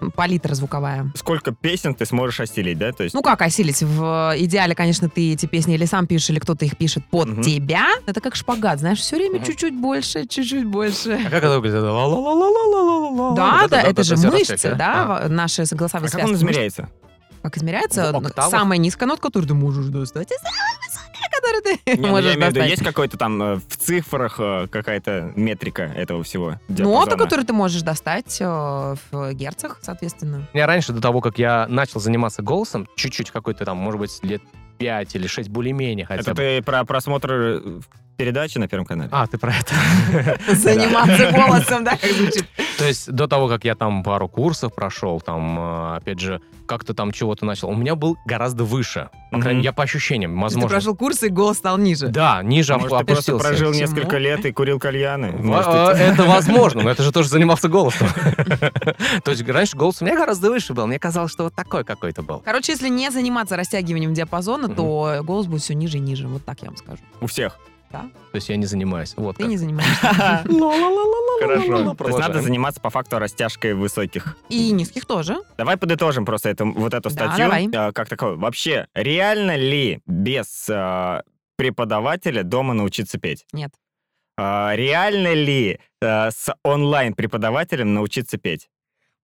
м, палитра звуковая. Сколько песен ты сможешь осилить, да? То есть Ну как осилить? В идеале, конечно, ты эти песни или сам пишешь, или кто-то их пишет под Мгм. тебя. Это как шпагат, знаешь, все время Мгм. чуть-чуть больше, чуть-чуть больше. а как это выглядит? Ла-ла-ла-ла-ла-ла-ла-ла. Да, Вот да, это же всё мышцы, растягивает. да, А. во- наши а голосовые как связки. он измеряется? Как измеряется? Ну, В октавах? Самая низкая нотка, которую ты можешь достать, и самая высокая, которую ты Не, ну, можешь я имею в виду, достать. есть какой-то там э, в цифрах э, какая-то метрика этого всего Нота, диапазона? Ну, а которую ты можешь достать э, в герцах, соответственно. У меня раньше, до того, как я начал заниматься голосом, чуть-чуть какой-то там, может быть, лет 5 или 6, более-менее хотя Это бы. ты про просмотр э, передачи на Первом канале? А, ты про это. Заниматься голосом, да, как звучит. То есть до того, как я там пару курсов прошел, там, э, опять же, как-то там чего-то начал, у меня был гораздо выше. По Мгм. крайней мере, я по ощущениям, Ты возможно. прошел курс, и голос стал ниже. Да, ниже Может, оп- ты просто опустился. прожил Почему? несколько лет и курил кальяны? Может, Во- э, это- Это возможно, но это же тоже занимался голосом. То есть раньше голос у меня гораздо выше был, мне казалось, что вот такой какой-то был. Короче, если не заниматься растягиванием диапазона, Мгм. то голос будет все ниже и ниже. Вот так я вам скажу. У всех. То есть я не занимаюсь. Вот Ты как. не занимаешься. Ну, Хорошо. То есть Продолжаем. надо заниматься по факту растяжкой высоких. И низких тоже. Давай подытожим просто эту, вот эту Да, статью. давай. э, Как такое? Вообще, реально ли без э, преподавателя дома научиться петь? Нет. А, реально ли э, с онлайн-преподавателем научиться петь?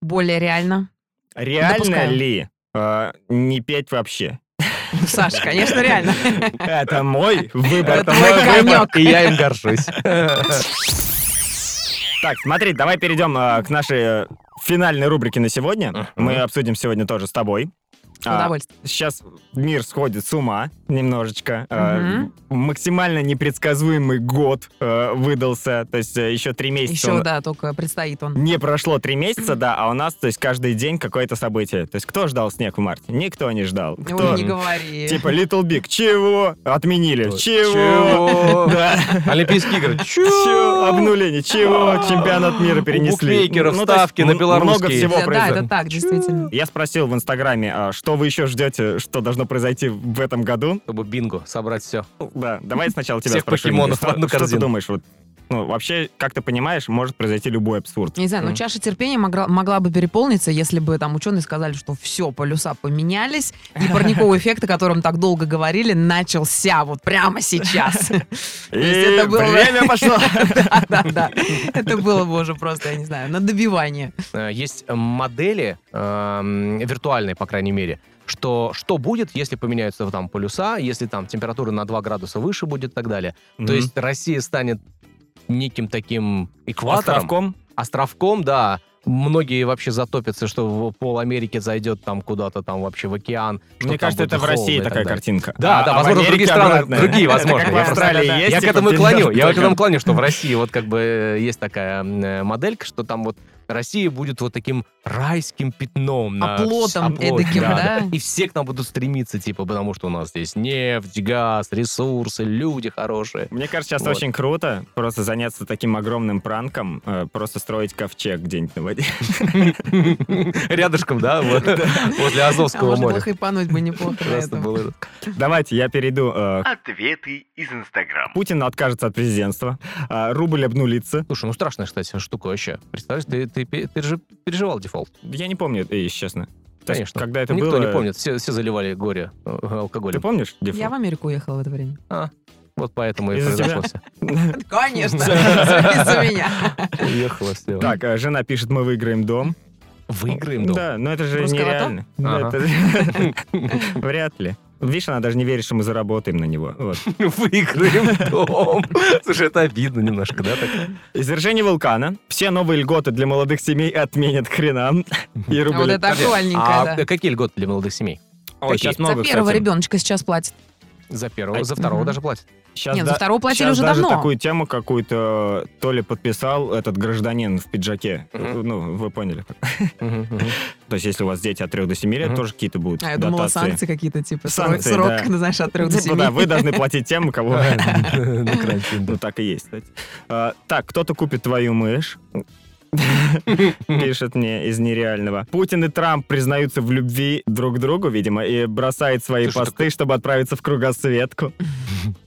Более реально. Реально Допускаю. ли э, не петь вообще? Ну, Саша, конечно, реально. Это мой выбор. Это мой конек. И я им горжусь. Так, смотри, давай перейдем э, к нашей э, финальной рубрике на сегодня. Мгм. Мы обсудим сегодня тоже с тобой. С А, удовольствием. сейчас мир сходит с ума немножечко. Э, Мгм. максимально непредсказуемый год э, выдался. То есть э, еще три месяца. Еще, он- да, только предстоит он. Не прошло три месяца, да, а у нас, то есть, каждый день какое-то событие. То есть, кто ждал снег в марте? Никто не ждал. Кто? Ой, не говори. Типа, Little Big, чего? Отменили. Чего? Чего? Да. Олимпийские игры. Чего? Чего? Обнуление. Чего? Чемпионат мира перенесли. букмекеров Ну, то есть ставки на м- Много белорусские. всего Да, да, произошло. это так, действительно. Я спросил в Инстаграме, а что вы еще ждете, что должно произойти в этом году? Чтобы бинго собрать все. Ну, Да, давай сначала тебя Всех спрошу. покемонов Что- в одну Что ты корзину. думаешь? Вот, ну, вообще, как ты понимаешь, может произойти любой абсурд. Не знаю, но Мгм. чаша терпения могла, могла бы переполниться, если бы там ученые сказали, что все, полюса поменялись, и парниковый эффект, о котором так долго говорили, начался вот прямо сейчас. И есть это было- время пошло. Да-да-да. Это было бы уже просто, я не знаю, на добивание. Э, Есть э, модели, эм, виртуальные, по крайней мере, что, что будет, если поменяются там полюса, если там температура на 2 градуса выше будет и так далее. То Мгм. есть Россия станет неким таким экватором, островком. островком, да. Многие вообще затопятся, что в- пол Америки зайдет там куда-то там вообще в океан. что Мне там кажется, будет это в холодно и России так такая далее. картинка. Да, да, а в возможно, в других Америке странах обратное. другие, Это возможно. как в Я просто- Австралии есть. я к типа, этому и клоню. Я к передёрнутый этому клоню, что в России вот как бы э, есть такая м, э, моделька, что там вот Россия будет вот таким райским пятном. на Оплотом вс- оплоте, эдаким, да? И все к нам будут стремиться, типа, потому что у нас здесь нефть, газ, ресурсы, люди хорошие. Мне кажется, сейчас Вот. очень круто просто заняться таким огромным пранком, э, просто строить ковчег где-нибудь на воде. Рядышком, да, вот, возле А Азовского можно было моря. хайпануть бы неплохо на Классно этом. было это. Давайте я перейду. э, Ответы из Инстаграм. Путин откажется от президентства, э, рубль обнулится. Слушай, ну страшная, кстати, штука вообще. Представляешь, ты, ты, пе- ты же переживал дефолт. Я не помню, э, если честно. То есть, Конечно. Когда это Никто было... э, не помнит. Все, все заливали горе э, Ты алкоголем. помнишь, Дифу? Я в Америку уехала в это время. Вот поэтому и Из-за произошло все. Конечно, из-за из-за меня. Уехала слева. Так, э, жена пишет, мы выиграем дом. Типа. Выиграем дом. Да, но это же Русского нереально. Да, Ага. это- Вряд ли. Видишь, она даже не верит, что мы заработаем на него. Вот. Выиграем дом. Слушай, это обидно немножко, да? так? Извержение вулкана. Все новые льготы для молодых семей отменят к хренам. И А вот рубль. это актуальненько, А да. какие льготы для молодых семей? Ой, сейчас За много, первого кстати. ребеночка сейчас платят. За первого, А- за второго Мгм. даже платят. Сейчас Нет, да- за второго платили щас уже даже давно. такую тему какую-то то ли подписал этот гражданин в пиджаке. Мгм. Ну, вы поняли. Мгм, мгм. То есть, если у вас дети от 3 до 7 лет, Мгм. тоже какие-то будут А я думала, дотации. санкции какие-то, типа, срок, Санкции, срок, да. знаешь, от трех до Типа, да, семи. вы должны платить тем, у кого... На карантин, да. Ну, так и есть, кстати. А, Так, кто-то купит твою мышь. Пишет мне из нереального. Путин и Трамп признаются в любви друг к другу, видимо, и бросают свои Слушай, посты, чтобы отправиться в кругосветку.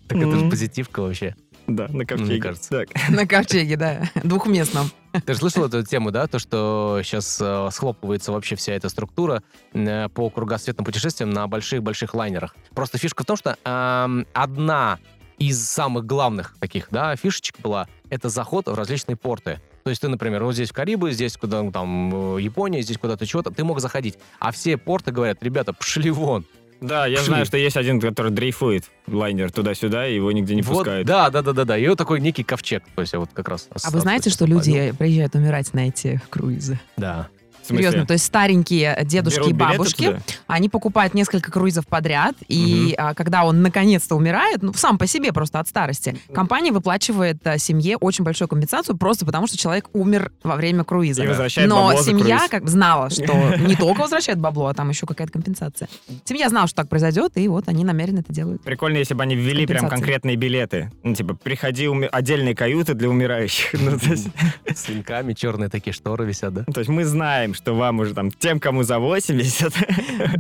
Так это же Мгм. позитивка вообще. Да, на ковчеге. Мне кажется. Так. На ковчеге, да, двухместном. Ты же слышал эту тему, да, то, что сейчас схлопывается вообще вся эта структура э, по кругосветным путешествиям на больших-больших лайнерах. Просто фишка в том, что эм, одна из самых главных таких, да, фишечек была, это заход в различные порты. То есть ты, например, вот здесь в Карибы, здесь куда ну, там э, Япония, здесь куда-то чего-то, ты мог заходить. А все порты говорят, ребята, пошли вон. Да, я Пшли. знаю, что есть один, который дрейфует лайнер туда-сюда, и его нигде не Вот, пускают. да, да, да, да, да. И вот такой некий ковчег. То есть я вот как раз. А вы знаете, что люди приезжают умирать на эти круизы? Да. В смысле? Серьезно, то есть старенькие дедушки Берут и билеты бабушки, туда? Они покупают несколько круизов подряд, и а, когда он наконец-то умирает, ну, сам по себе просто от старости, компания выплачивает а, семье очень большую компенсацию просто потому, что человек умер во время круиза. И возвращает Но бабло за семья круиз. как бы знала, что не только возвращает бабло, а там еще какая-то компенсация. Семья знала, что так произойдет, и вот они намеренно это делают. Прикольно, если бы они ввели прям Компенсации. конкретные билеты. Ну, типа, приходи, уми- отдельные каюты для умирающих. Ну, то есть- С венками черные такие шторы висят, да? То есть мы знаем, что вам уже там, тем, кому за 80.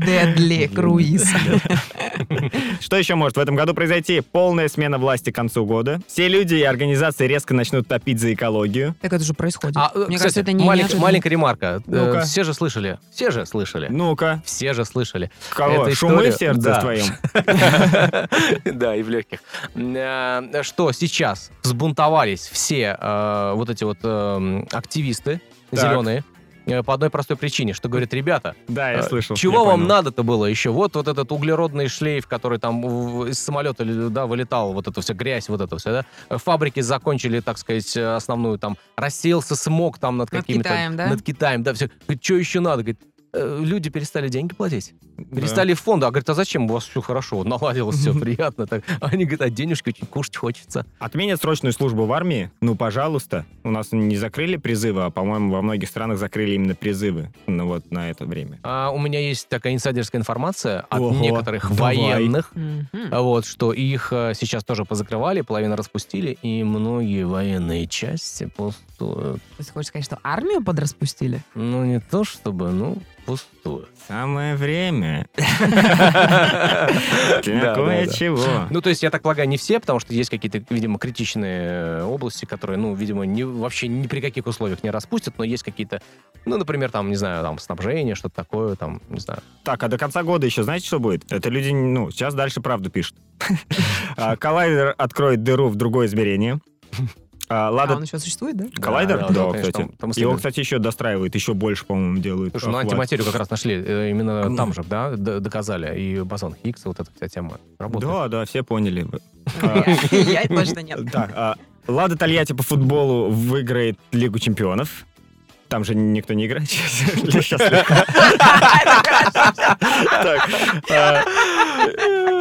Дедли круиз. Что еще может в этом году произойти? Полная смена власти к концу года. Все люди и организации резко начнут топить за экологию. Так это же происходит. А, э, Мне кстати, кажется, это не малень- неожиданно. маленькая ремарка. Э, Ну-ка. Все же слышали. Все же слышали. Ну-ка, Все же слышали. кого? Эта Шумы история- в сердце да. твоем? Да, и в легких. Э, Что сейчас взбунтовались все э, вот эти вот э, активисты Так. зеленые э, по одной простой причине, что говорят, ребята, Да, А, я Э, слышал. Чего я вам понял. надо-то было еще? Вот вот этот углеродный шлейф, который там в- из самолета да, вылетал, вот эта вся грязь, вот это все, да? Э, Фабрики закончили, так сказать, э, основную там, рассеялся смог там над, Над какими-то... Китаем, да? Над Китаем, да, все. Что еще надо? Говорит, «Э, люди перестали деньги платить. Да. Перестали в фонды. А говорит, а зачем? У вас все хорошо, наладилось, все приятно. Так. А Они говорят, а денежки очень кушать хочется. Отменят срочную службу в армии? Ну, пожалуйста. У нас не закрыли призывы, а, по-моему, во многих странах закрыли именно призывы. Ну, вот на это время. А у меня есть такая инсайдерская информация от Ого, некоторых давай. военных, Мгм. А Вот, что их э, сейчас тоже позакрывали, половину распустили, и многие военные части пустуют. То есть хочешь сказать, что армию подраспустили? Ну, не то чтобы, ну, пустуют. Самое время. Да, Для да, да. кое-чего. Ну, то есть, я так полагаю, не все, потому что есть какие-то, видимо, критичные э, области, которые, ну, видимо, не, вообще ни при каких условиях не распустят, но есть какие-то, ну, например, там, не знаю, там, снабжение, что-то такое, там, не знаю. Так, а до конца года еще знаете, что будет? Это люди, ну, сейчас дальше правду пишут. А, Коллайдер откроет дыру в другое измерение. А, А Лада... он еще существует, да? Коллайдер? Да, да, Да, да, конечно, кстати. там- там Его, исследуют. кстати, еще достраивают, еще больше, по-моему, делают. Слушай, ну, охват. антиматерию как раз нашли э, именно Ну. там же, да, д- доказали. И бозон Хиггса, вот эта вся тема работает. Да, да, все поняли. А, Я я точно нет. Так, а, Лада Тольятти по футболу выиграет Лигу чемпионов. Там же никто не играет сейчас. Я счастлив. Так, а,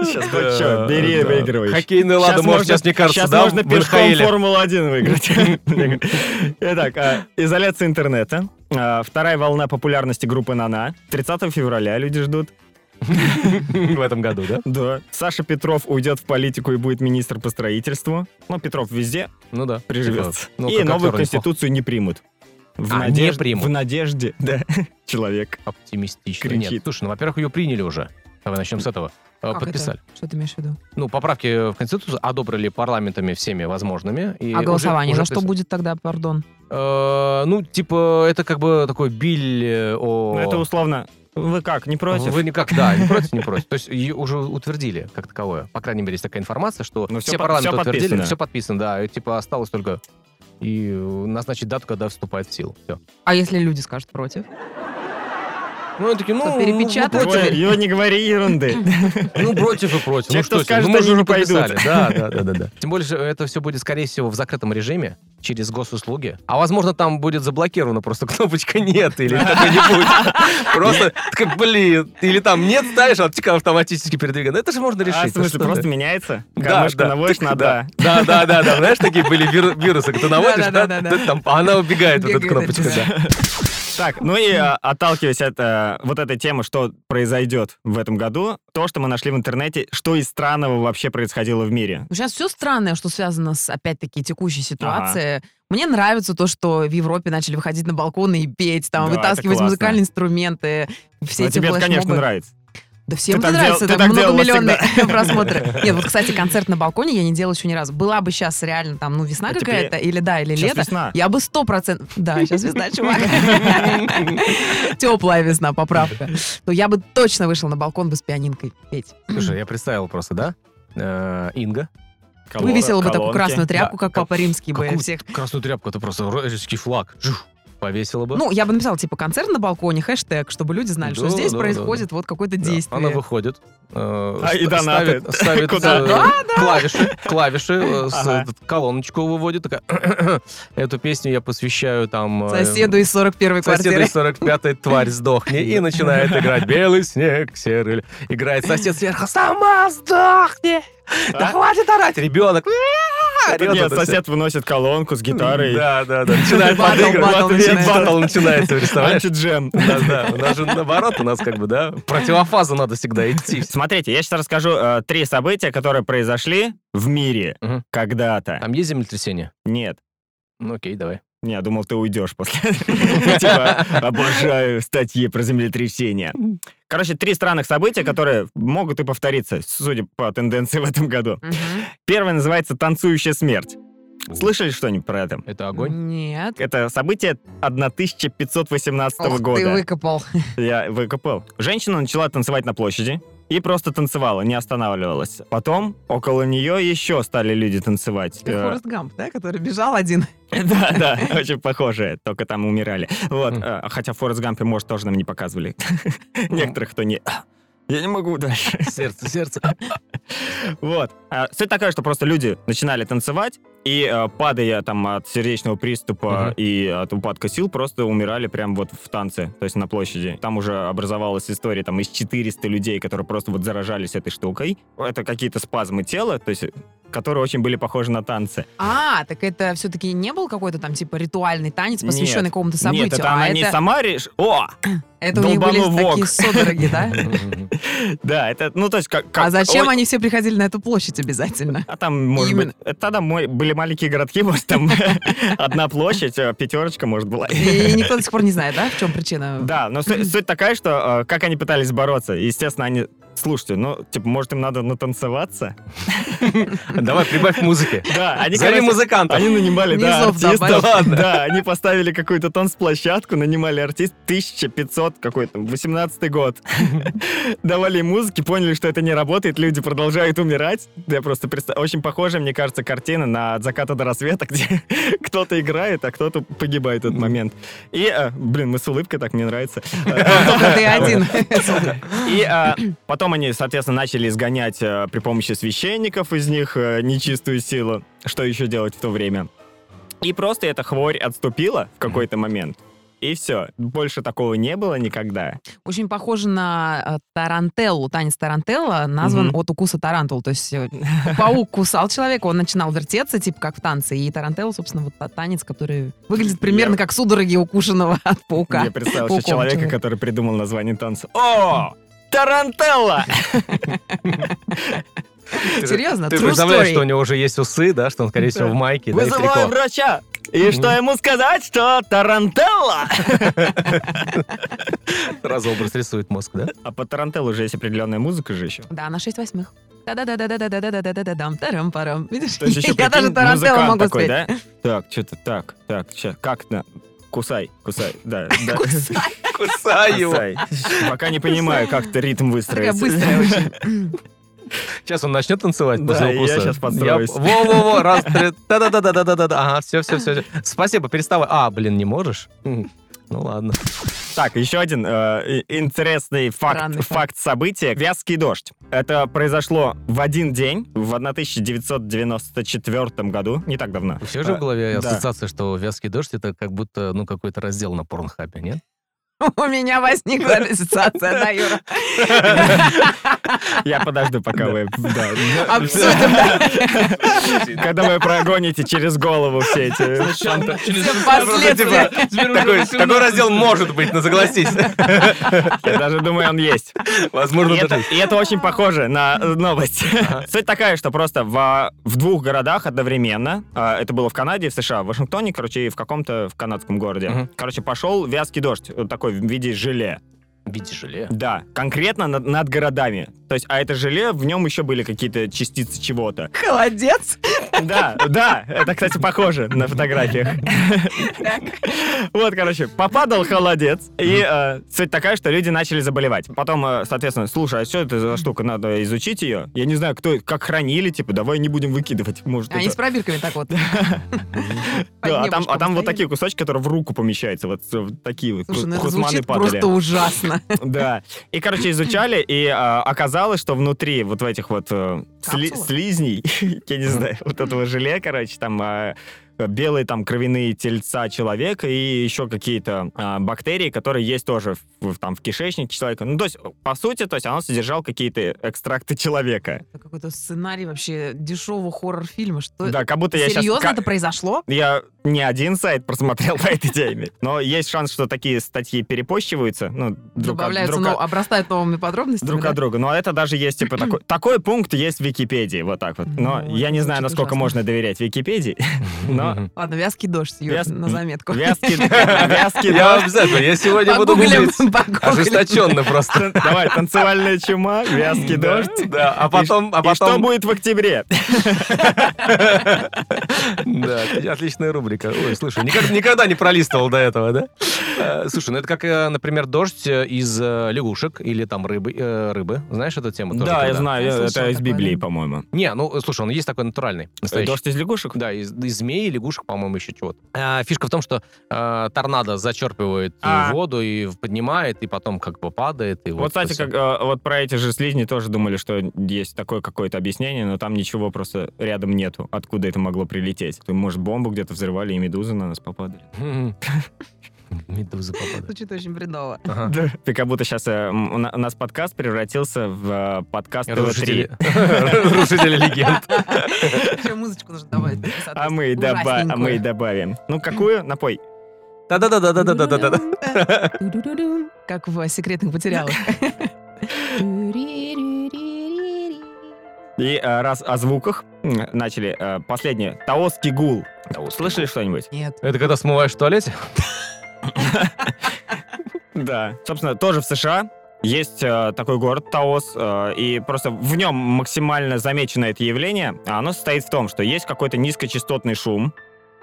Сейчас хоть что, бери и Да. выигрывай. Хоккейный Лада, Сейчас может, можно- сейчас, мне кажется, сейчас да, в можно пешком НХЛ. Формулу-1 выиграть. Итак, а, изоляция интернета. А, Вторая волна популярности группы «Нана». 30 февраля люди ждут. в этом году, да? Да. Саша Петров уйдет в политику и будет министр по строительству. Ну, Петров везде Ну да. приживется. Ну, и как актер новую неплохо. конституцию не примут. В А, не надежд- примут. В надежде, да, человек. Оптимистично. Кричит. Нет, слушай, ну, во-первых, ее приняли уже. Давай начнем с этого. Э, Как это? Подписали. Что ты имеешь в виду? Ну, поправки в Конституцию одобрили парламентами всеми возможными. И а уже- голосование уже за что прис- будет тогда, пардон? Э, ну, типа, это как бы такой биль э, о... Ну, это условно. Вы как, не против? Вы никак, да, не против, не против. То есть ее уже утвердили как таковое. По крайней мере, есть такая информация, что Но Ну, всё все по- парламенты всё утвердили, подписано. все подписано, да. И, типа осталось только и э, назначить дату, когда вступает в силу. Все. А если люди скажут против? Ну, они такие, ну, Что, ну, перепечатать? ну, против, Ой, Ё, не говори ерунды. ну, против и против. Те, ну, что с кто ним? скажет, ну, мы же они уже не пойдут. подписали. Да, да, да, да, да. Тем более, что это все будет, скорее всего, в закрытом режиме, через госуслуги. А возможно, там будет заблокирована просто кнопочка «нет» или какой-нибудь. Просто, как, блин, или там «нет» ставишь, а птика автоматически передвигает. Ну, Это же можно решить. А, в ну, что смысле, ты. просто меняется? Да, Камышку да. наводишь Тык, на «да». Да, да, да, да. Знаешь, такие были вир- вирусы, когда ты наводишь, да, Да-да-да-да-да. да, там, а она убегает, вот эта Бегает, кнопочка, да. Так, ну и э, отталкиваясь от э, вот этой темы, что произойдет в этом году, то, что мы нашли в интернете, что из странного вообще происходило в мире. Сейчас все Ну, странное, что связано с, опять-таки, текущей ситуацией. Мне нравится то, что в Европе начали выходить на балконы и петь, там, Да, это вытаскивать классно. музыкальные инструменты, все Ну, эти тебе это, флешмобы. конечно, нравится. Да всем Ты это так нравится, дел- ты это так делала многомиллионные просмотры. Нет, вот, кстати, концерт на балконе я не делала еще ни разу. Была бы сейчас реально там, ну, весна Это какая-то, или да, или Сейчас лето. весна. Я бы сто процентов... Да, сейчас весна, чувак. Теплая весна, поправка. Но я бы точно вышла на балкон бы с пианинкой петь. Слушай, я представил просто, да? Э, Инга. Колола- Вывесила бы такую колонки. красную тряпку, Да, как как- Папа Римский бы Какую всех. красную тряпку, это просто русский флаг. Жух. Повесила бы. Ну, я бы написала, типа, концерт на балконе, хэштег, чтобы люди знали, что Да, здесь да, происходит вот какое-то Да, Она действие. выходит, э, А, ст- и донаты. ставит, ставит, Куда? э, Да, клавиши, клавиши, э, с- Ага. этот, колоночку выводит, такая, эту песню я посвящаю там... э, Соседу из 41-й Соседу квартиры. из 45-й тварь сдохни и начинает играть белый снег, серый. ль». Играет сосед сверху, сама сдохни. Да А? хватит орать, ребенок. «Ааа!» Это орёт Нет, это всё. сосед выносит колонку с гитарой. Да, да, да. Начинает Батл, подыгрывать. батл Батл начинается. батл начинается, представляешь? Антиджем. Да, да. У нас же наоборот, у нас как бы, да, противофазу надо всегда идти. Смотрите, я сейчас расскажу э, три события, которые произошли в мире Мгм. когда-то. Там есть А землетрясение? Нет. Ну окей, давай. Не, я думал, ты уйдешь после. Типа, обожаю статьи про землетрясения. Короче, три странных события, которые могут и повториться, судя по тенденции в этом году. Мгм. Первое называется «Танцующая смерть». Слышали что-нибудь про это? Это огонь? Нет. Это событие 1518 Ох, ты года. выкопал. Я выкопал. Женщина начала танцевать на площади и просто танцевала, не останавливалась. Потом около нее еще стали люди танцевать. Ты Э, Форест Гамп, да, который бежал один. Да, да, очень похожие, только там умирали. Вот, Мгм. э, хотя в Форест Гампе, может, тоже нам не показывали. Некоторых, кто не... Я не могу дальше. Сердце, сердце. Вот. А, Суть такая, что просто люди начинали танцевать, и э, падая там от сердечного приступа Мгм. и от упадка сил, просто умирали прям вот в танце, то есть на площади. Там уже образовалась история там из 400 людей, которые просто вот заражались этой штукой. Это какие-то спазмы тела, то есть которые очень были похожи на танцы. А, так это все-таки не был какой-то там типа ритуальный танец, Нет. посвященный какому-то событию. Нет, это а она это, не сама реш- О! это у них были долбанул в такие ок. судороги, да? Да, это, ну то есть как... как- А зачем ой, они все приходили на эту площадь обязательно? А там, может Именно. быть, это тогда мой- были маленькие городки, может, там одна площадь, э, пятерочка, может, была. И никто до сих пор не знает, да, в чем причина? Да, но суть, суть такая, что э, как они пытались бороться. Естественно, они... Слушайте, ну, типа, может, им надо натанцеваться? Давай, прибавь музыки. Да, они, Зови короче, музыканта. они нанимали, да, Низов добавь. артистов. Да ладно. Да, они поставили какую-то танцплощадку, нанимали артист 1500 какой-то, 18 год. Давали им музыки, поняли, что это не работает, люди продолжают умирать. Я просто представ- Очень похожая, мне кажется, картина на «От заката до рассвета», где кто-то играет, а кто-то погибает в этот момент. И, э, блин, мы с улыбкой, так мне нравится. Только ты один. И э, потом они, соответственно, начали изгонять э, при помощи священников из них э, нечистую силу. Что еще делать в то время? И просто эта хворь отступила в какой-то момент. и все. Больше такого не было никогда. Очень похоже на э, тарантеллу. Танец тарантелла назван Мгм. от укуса тарантул. То есть э, паук кусал человека, он начинал вертеться, типа как в танце. И тарантелла, собственно, вот та- танец, который выглядит примерно как судороги укушенного от паука. Я представил Пауком сейчас человека, человек. который придумал название танца. О! Тарантелла! Серьезно, Ты true представляешь, story. что у него уже есть усы, да, что он, скорее всего, Да. в майке, да, и Вызываю трико. врача! И что Мгм. ему сказать, что тарантелла? Сразу образ рисует мозг, да? А по тарантеллу же есть определенная музыка же еще. Да, на 6 восьмых. Да-да-да-да-да-да-да-да-да-дам, тарам-парам. Видишь, То есть еще я даже прикинь, тарантеллу музыкант могу такой, спеть. да? Так, что-то так, так, сейчас, как на... Кусай, кусай, да. да. Кусай. Кусаю Кусай. Пока не понимаю, как ты ритм Такая выстроить. быстрая очень. Сейчас он начнет танцевать Да, после и я укуса. щас подстроюсь. Я- Во-во-во, раз, три, да-да-да-да-да-да-да. Ага, все-все-все. Спасибо, переставай. А, блин, не можешь? М, Ну ладно. Так, еще один э, и- интересный факт, Странный факт. факт. события. Вязкий дождь. Это произошло в один день, в 1994 году, не так давно. Все же в голове Э, да. ассоциация, что вязкий дождь это как будто ну какой-то раздел на порнхабе, нет? У меня возникла ассоциация, да, Юра? Я подожду, пока вы... да, да. Обсудим, да. Когда вы прогоните через голову все эти... Все типа, последствия. Такой, такой раздел может быть, ну согласись. Я даже думаю, он есть. Возможно, И это, даже- и это очень похоже на э, новость. Ну, Ага. Суть такая, что просто во- в двух городах одновременно, а, это было в Канаде, и в США, в Вашингтоне, короче, и в каком-то в канадском городе, Мгм. короче, пошел вязкий дождь, вот такой в виде желе. Бить желе. Да, конкретно над, над городами. То есть, а это желе, в нем еще были какие-то частицы чего-то. Холодец. Да, да, это, кстати, похоже на фотографиях. Вот, короче, попадал холодец, и э, суть такая, что люди начали заболевать. Потом, э, соответственно, слушай, а что это за штука, надо изучить ее. Я не знаю, кто, как хранили, типа, давай не будем выкидывать, может, Они это- с пробирками так вот. Под Да, а там, небушком а там вот стояли. такие кусочки, которые в руку помещаются, вот, э, вот такие вот Слушай, ну это хусманы звучит падали. просто ужасно. Да. И, короче, изучали, и а, оказалось, что внутри вот в этих вот э, сли- Капсулах? слизней, я не знаю, вот этого желе, короче, там а, белые там кровяные тельца человека и еще какие-то а, бактерии, которые есть тоже в, в- там в кишечнике человека. Ну, то есть, по сути, то есть оно содержало какие-то экстракты человека. Это какой-то сценарий вообще дешевого хоррор-фильма. Что Да, как будто я сейчас... Серьезно это произошло? Я не один сайт просмотрел по этой теме, но есть шанс, что такие статьи перепощиваются, ну, друг от- Добавляются, друг но от- обрастают новыми подробностями. друг да? от друга. Но это даже есть, типа, такой, такой пункт есть в Википедии, вот так вот. Но Ну, я это не знаю, звучит насколько ужасно. можно доверять Википедии. Но Ладно, вязкий дождь, Юр, Вяз- на заметку. вязкий, вязкий Я дождь. обязательно, я сегодня буду Погуглим, гуглить. погуглим. Ожесточенно просто. Давай, танцевальная чума, вязкий Да, дождь. Да, а И потом... а И что потом- будет в октябре? Да, отличная рубрика. Ой, слушай, никогда, никогда не пролистывал до этого, да? Э, Слушай, ну это как, э, например, дождь э, из э, лягушек или там рыбы. э, рыбы. Знаешь эту тему? тоже Да, я когда? знаю, Я это слышала из такое, Библии, да. по-моему. Не, ну, э, слушай, он есть такой натуральный, настоящий. Дождь из лягушек? Да, из, из змей, лягушек, по-моему, еще чего-то. А, фишка в том, что э, торнадо зачерпывает э, А. воду и поднимает, и потом как бы падает. И Вот, вот, кстати, как, э, вот про эти же слизни тоже думали, что есть такое какое-то объяснение, но там ничего просто рядом нету, откуда это могло прилететь. Может, бомбу где-то взрывали, и медузы на нас попадали. Медуза попадает. Звучит очень бредово. Ага. Ты как будто сейчас у на- у нас подкаст превратился в э, подкаст ТВ-3. Рушители. Рушители легенд. Еще музычку нужно добавить. А мы, и доба- а мы и добавим. Ну, какую? Напой. Да-да-да-да-да-да-да-да. Ужасненькую. Как в секретных материалах. И э, раз о звуках м, начали. э, Последнее. Таосский гул. Слышали что-нибудь? Нет. Это когда смываешь в туалете? Да. Собственно, тоже в США есть э, такой город Таос, э, и просто в нем максимально замечено это явление. А Оно состоит в том, что есть какой-то низкочастотный шум,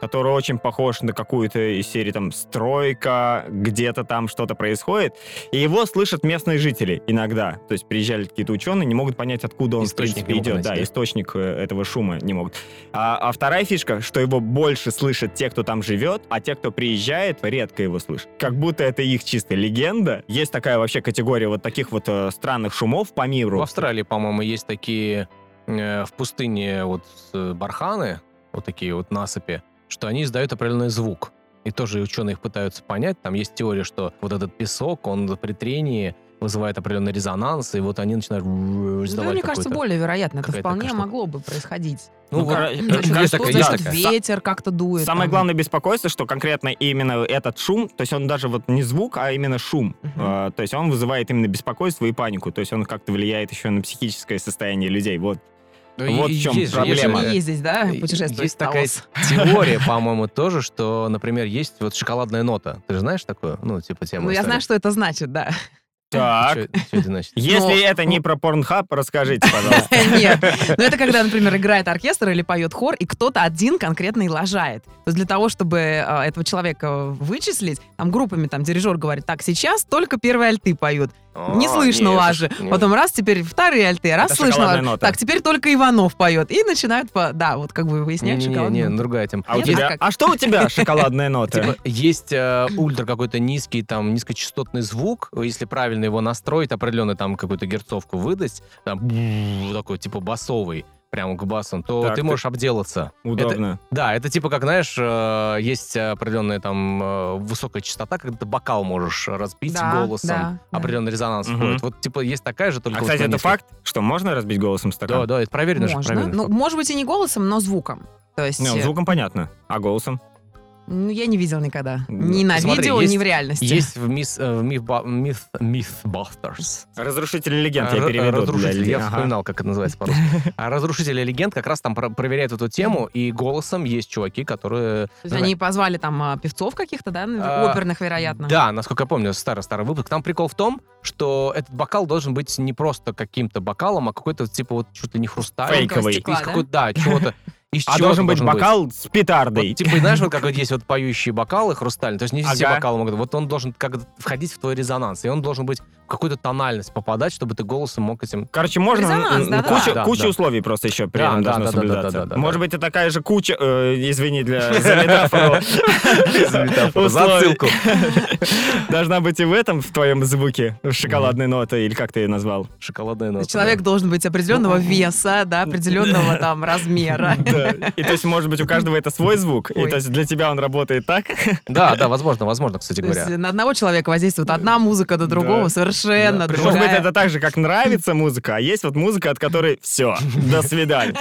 который очень похож на какую-то из серии там стройка, где-то там что-то происходит, и его слышат местные жители иногда. То есть приезжали какие-то ученые, не могут понять, откуда он, Источник в принципе, не могут идет. найти, Да, да? источник э, этого шума не могут. А, а вторая фишка, что его больше слышат те, кто там живет, а те, кто приезжает, редко его слышат. Как будто это их чистая легенда. Есть такая вообще категория вот таких вот э, странных шумов по миру. В Австралии, по-моему, есть такие э, в пустыне вот э, барханы, вот такие вот насыпи, что они издают определенный звук. И тоже ученые их пытаются понять. Там есть теория, что вот этот песок, он при трении вызывает определенный резонанс, и вот они начинают Ну, издавать мне кажется, какой-то- более вероятно. Это какая-то такая вполне штука. могло бы происходить. Ну, Ну, вот, кор- Значит, есть что, такая, есть значит, такая. ветер как-то дует. Самое там. главное беспокойство, что конкретно именно этот шум, то есть он даже вот не звук, а именно шум. Мгм. Э, то есть он вызывает именно беспокойство и панику. То есть он как-то влияет еще на психическое состояние людей. Вот. Ну, Вот и- в чем есть же- есть же, проблема. И э, ездить, да, путешествовать. Есть такая Таос. теория, по-моему, тоже, что, например, есть вот шоколадная нота. Ты же знаешь такую? Ну, типа тему. Ну, я знаю, что это значит, да. Так. Что это значит? Если это не про порнхаб, расскажите, пожалуйста. Нет. Ну, это когда, например, играет оркестр или поет хор, и кто-то один конкретно и лажает. То есть для того, чтобы э, этого человека вычислить, там группами там дирижер говорит, так, сейчас только первые альты поют. Не А, слышно нет, лажи. нет. Потом раз, теперь вторые альты, раз Это слышно шоколадная лажи. нота. Так, теперь только Иванов поет. И начинают, по- да, вот как бы выяснять Не-не-не, шоколадную не, ноту. другая тема. А у Нет, Есть- а тебя... как? А что у тебя шоколадная нота? Типа, есть э, ультра какой-то низкий, там, низкочастотный звук, если правильно его настроить, определенно там какую-то герцовку выдать, там, бу- такой, типа, басовый, прямо к басам, то Так, ты ты- можешь обделаться. Это- Удобно. да, это типа, как знаешь, э, есть определенная там э, высокая частота, когда ты бокал можешь разбить Да, голосом, А да, да. определенный резонанс Мгм. входит. Вот, типа, есть такая же, только... А, вот кстати, на это низкой- факт, что можно разбить голосом Да, стакан? да, это проверено же, Можно. проверено. Ну, может быть, и не голосом, но звуком. То есть, ну, Не, э, звуком понятно, а голосом? ну, я не видел никогда. Ну, Ни на смотри, видео, есть- ни в реальности. Есть в мисс, э, в мифба- миф, Mythbusters. Разрушители легенд, Р- я переведу. для Разрушители, людей. я Ага. вспоминал, как это называется по-русски. А разрушители легенд как раз там про- проверяют эту тему, и голосом есть чуваки, которые... То есть они позвали там а, певцов каких-то, да, А, оперных, вероятно. Да, насколько я помню, старый-старый выпуск. Там прикол в том, что этот бокал должен быть не просто каким-то бокалом, а какой-то типа вот чуть ли не хрусталь. Фейковый. Из стекла, Из да? какой-то, да, чего-то. Из А чего-то должен быть бокал с петардой. Вот, типа, знаешь, вот как вот есть вот поющие бокалы хрустальные, то есть не все Ага. бокалы могут, вот он должен как входить в твой резонанс, и он должен быть в какую-то тональность попадать, чтобы ты голосом мог этим... Короче, можно Резонанс, м, да-да-да. куча, Да, куча да. условий просто еще при Да, этом да, должно да, да, да, соблюдаться. да, да, да. Может быть, и такая же куча, э, извини для за метафору, За метафору, за условий. отсылку. должна быть и в этом в твоем звуке в шоколадной ноты или как ты ее назвал. Шоколадная То нота. есть человек должен быть Ну, определенного веса, да, определенного там размера. Да. И то есть, может быть, у каждого это свой звук, и Ой. то есть для тебя он работает так. Да, да, да, возможно, возможно, кстати То есть говоря. на одного человека воздействует одна музыка, до другого Да. совершенно Да. Может быть, другая. это так же, как нравится музыка, а есть вот музыка, от которой все, до свидания.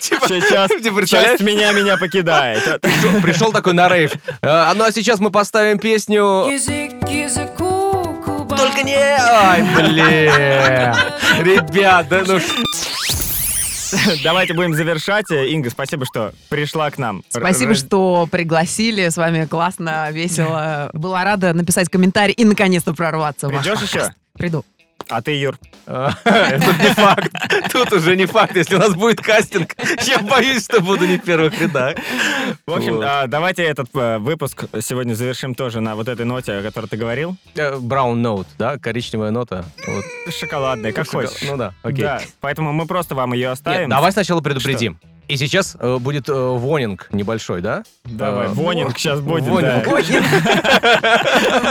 Сейчас Ты представляешь? часть меня меня покидает. э, Пришел- Пришел такой на рейв. «А, Ну а сейчас мы поставим песню... Язык к языку, Куба. Только не... Ай, блин. Ребят, да ну ш- Давайте будем завершать. Инга, спасибо, что пришла к нам. Спасибо, Р- что пригласили. С вами классно, весело. Была рада написать комментарий и наконец-то прорваться. в ваш Придешь подкаст. еще? Приду. А ты, Юр. Тут не факт. Тут уже не факт. Если у нас будет кастинг, я боюсь, что буду не в первых рядах. В общем, Вот. а, давайте этот э, выпуск сегодня завершим тоже на вот этой ноте, о которой ты говорил. Э, Brown note, да, коричневая нота. Вот. Шоколадная, как Шоколад- хочешь. Ну да, окей. Да, поэтому мы просто вам ее Нет, оставим. давай сначала предупредим. И сейчас э, будет э, вонинг небольшой, да? Давай, Э, вонинг сейчас будет. вонинг. да. Ой,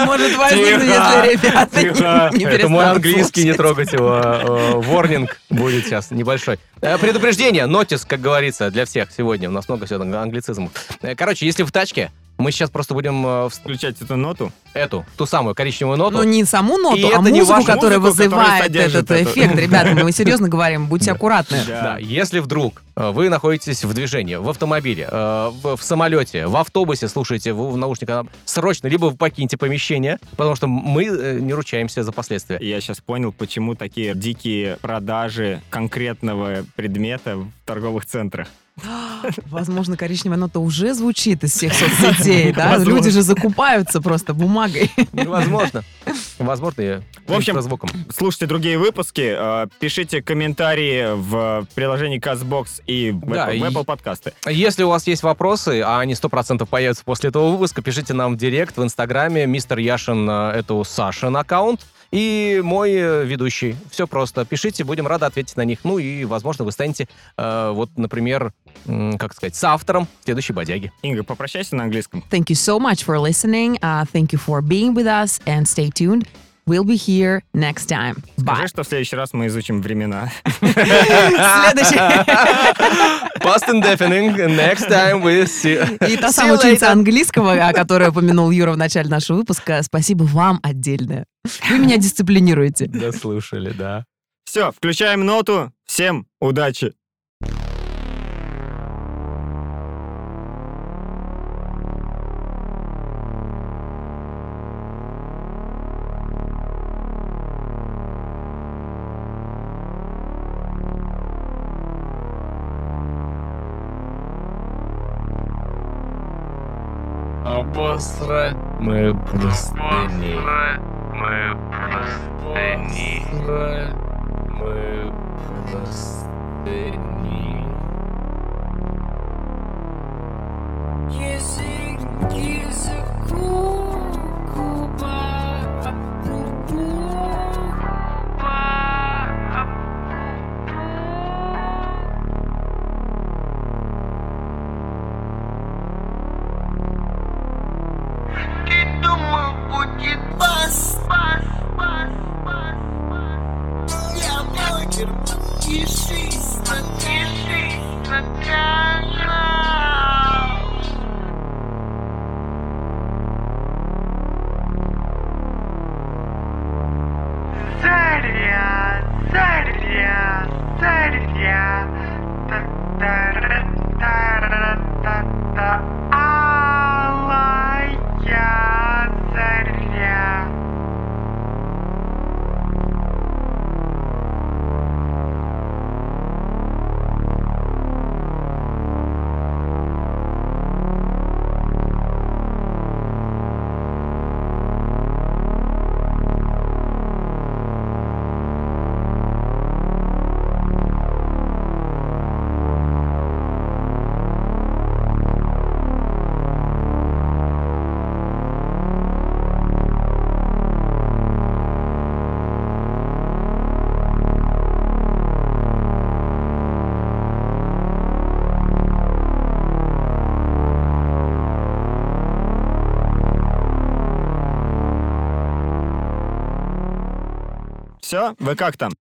Может возникнуть, Тихо, если ребята Тихо. не- не Это мой перестанут английский, не слушать. трогайте его. э, Ворнинг будет сейчас небольшой. Э, Предупреждение, нотис, как говорится, для всех сегодня. У нас много всего англицизмов. Э, Короче, если в тачке, мы сейчас просто будем э, вс- Включать эту ноту. эту, ту самую коричневую Ну, ноту. не саму И ноту, а это не музыку, ваша которая музыка, которая вызывает содержит этот эту. эффект. Ребята, ну, мы серьезно говорим, будьте аккуратны. Да, если вдруг э, вы находитесь в движении, в автомобиле, э, в, в самолете, в автобусе, слушайте в, в наушниках, а, срочно, либо вы покиньте помещение, потому что мы э, не ручаемся за последствия. Я сейчас понял, почему такие дикие продажи конкретного предмета в торговых центрах. Возможно, коричневая нота уже звучит из всех соцсетей, да? Возможно. Люди же закупаются просто бумагой. Возможно. Возможно, я В общем, ультразвуком. Слушайте другие выпуски, э, пишите комментарии в приложении CastBox и в Да, Apple, в и- Apple подкасты. Если у вас есть вопросы, а они 100% появятся после этого выпуска, пишите нам в директ в инстаграме. Мистер Яшин, э, это у Сашин аккаунт. И мой э, ведущий. Все просто. Пишите, будем рады ответить на них. Ну и, возможно, вы станете, э, вот, например, м, как сказать, соавтором следующей бодяги. Инга, попрощайся на английском. Thank you so much for listening. Uh, thank you for being with us and stay tuned. We'll be here next time. Скажи, Bye. что в следующий раз мы изучим времена. Следующий. Past indefinite, next time we see... И та See самая you ученица later. английского, о которой упомянул Юра в начале нашего выпуска, спасибо вам отдельное. Вы меня дисциплинируете. Дослушали, да. Все, включаем ноту. Всем удачи. Обосрать. Мы простыни. Мы простыни. Обосрать. Мы простыни. Язык к языку, губа об губу. Ты думал, будет бас, бас, бас, бас, бас. Я блогер, подпишись на Подпишись на канал. Заря, заря, заря, та-та-ра-та-ра-та-та, алая заря. Все, вы как там?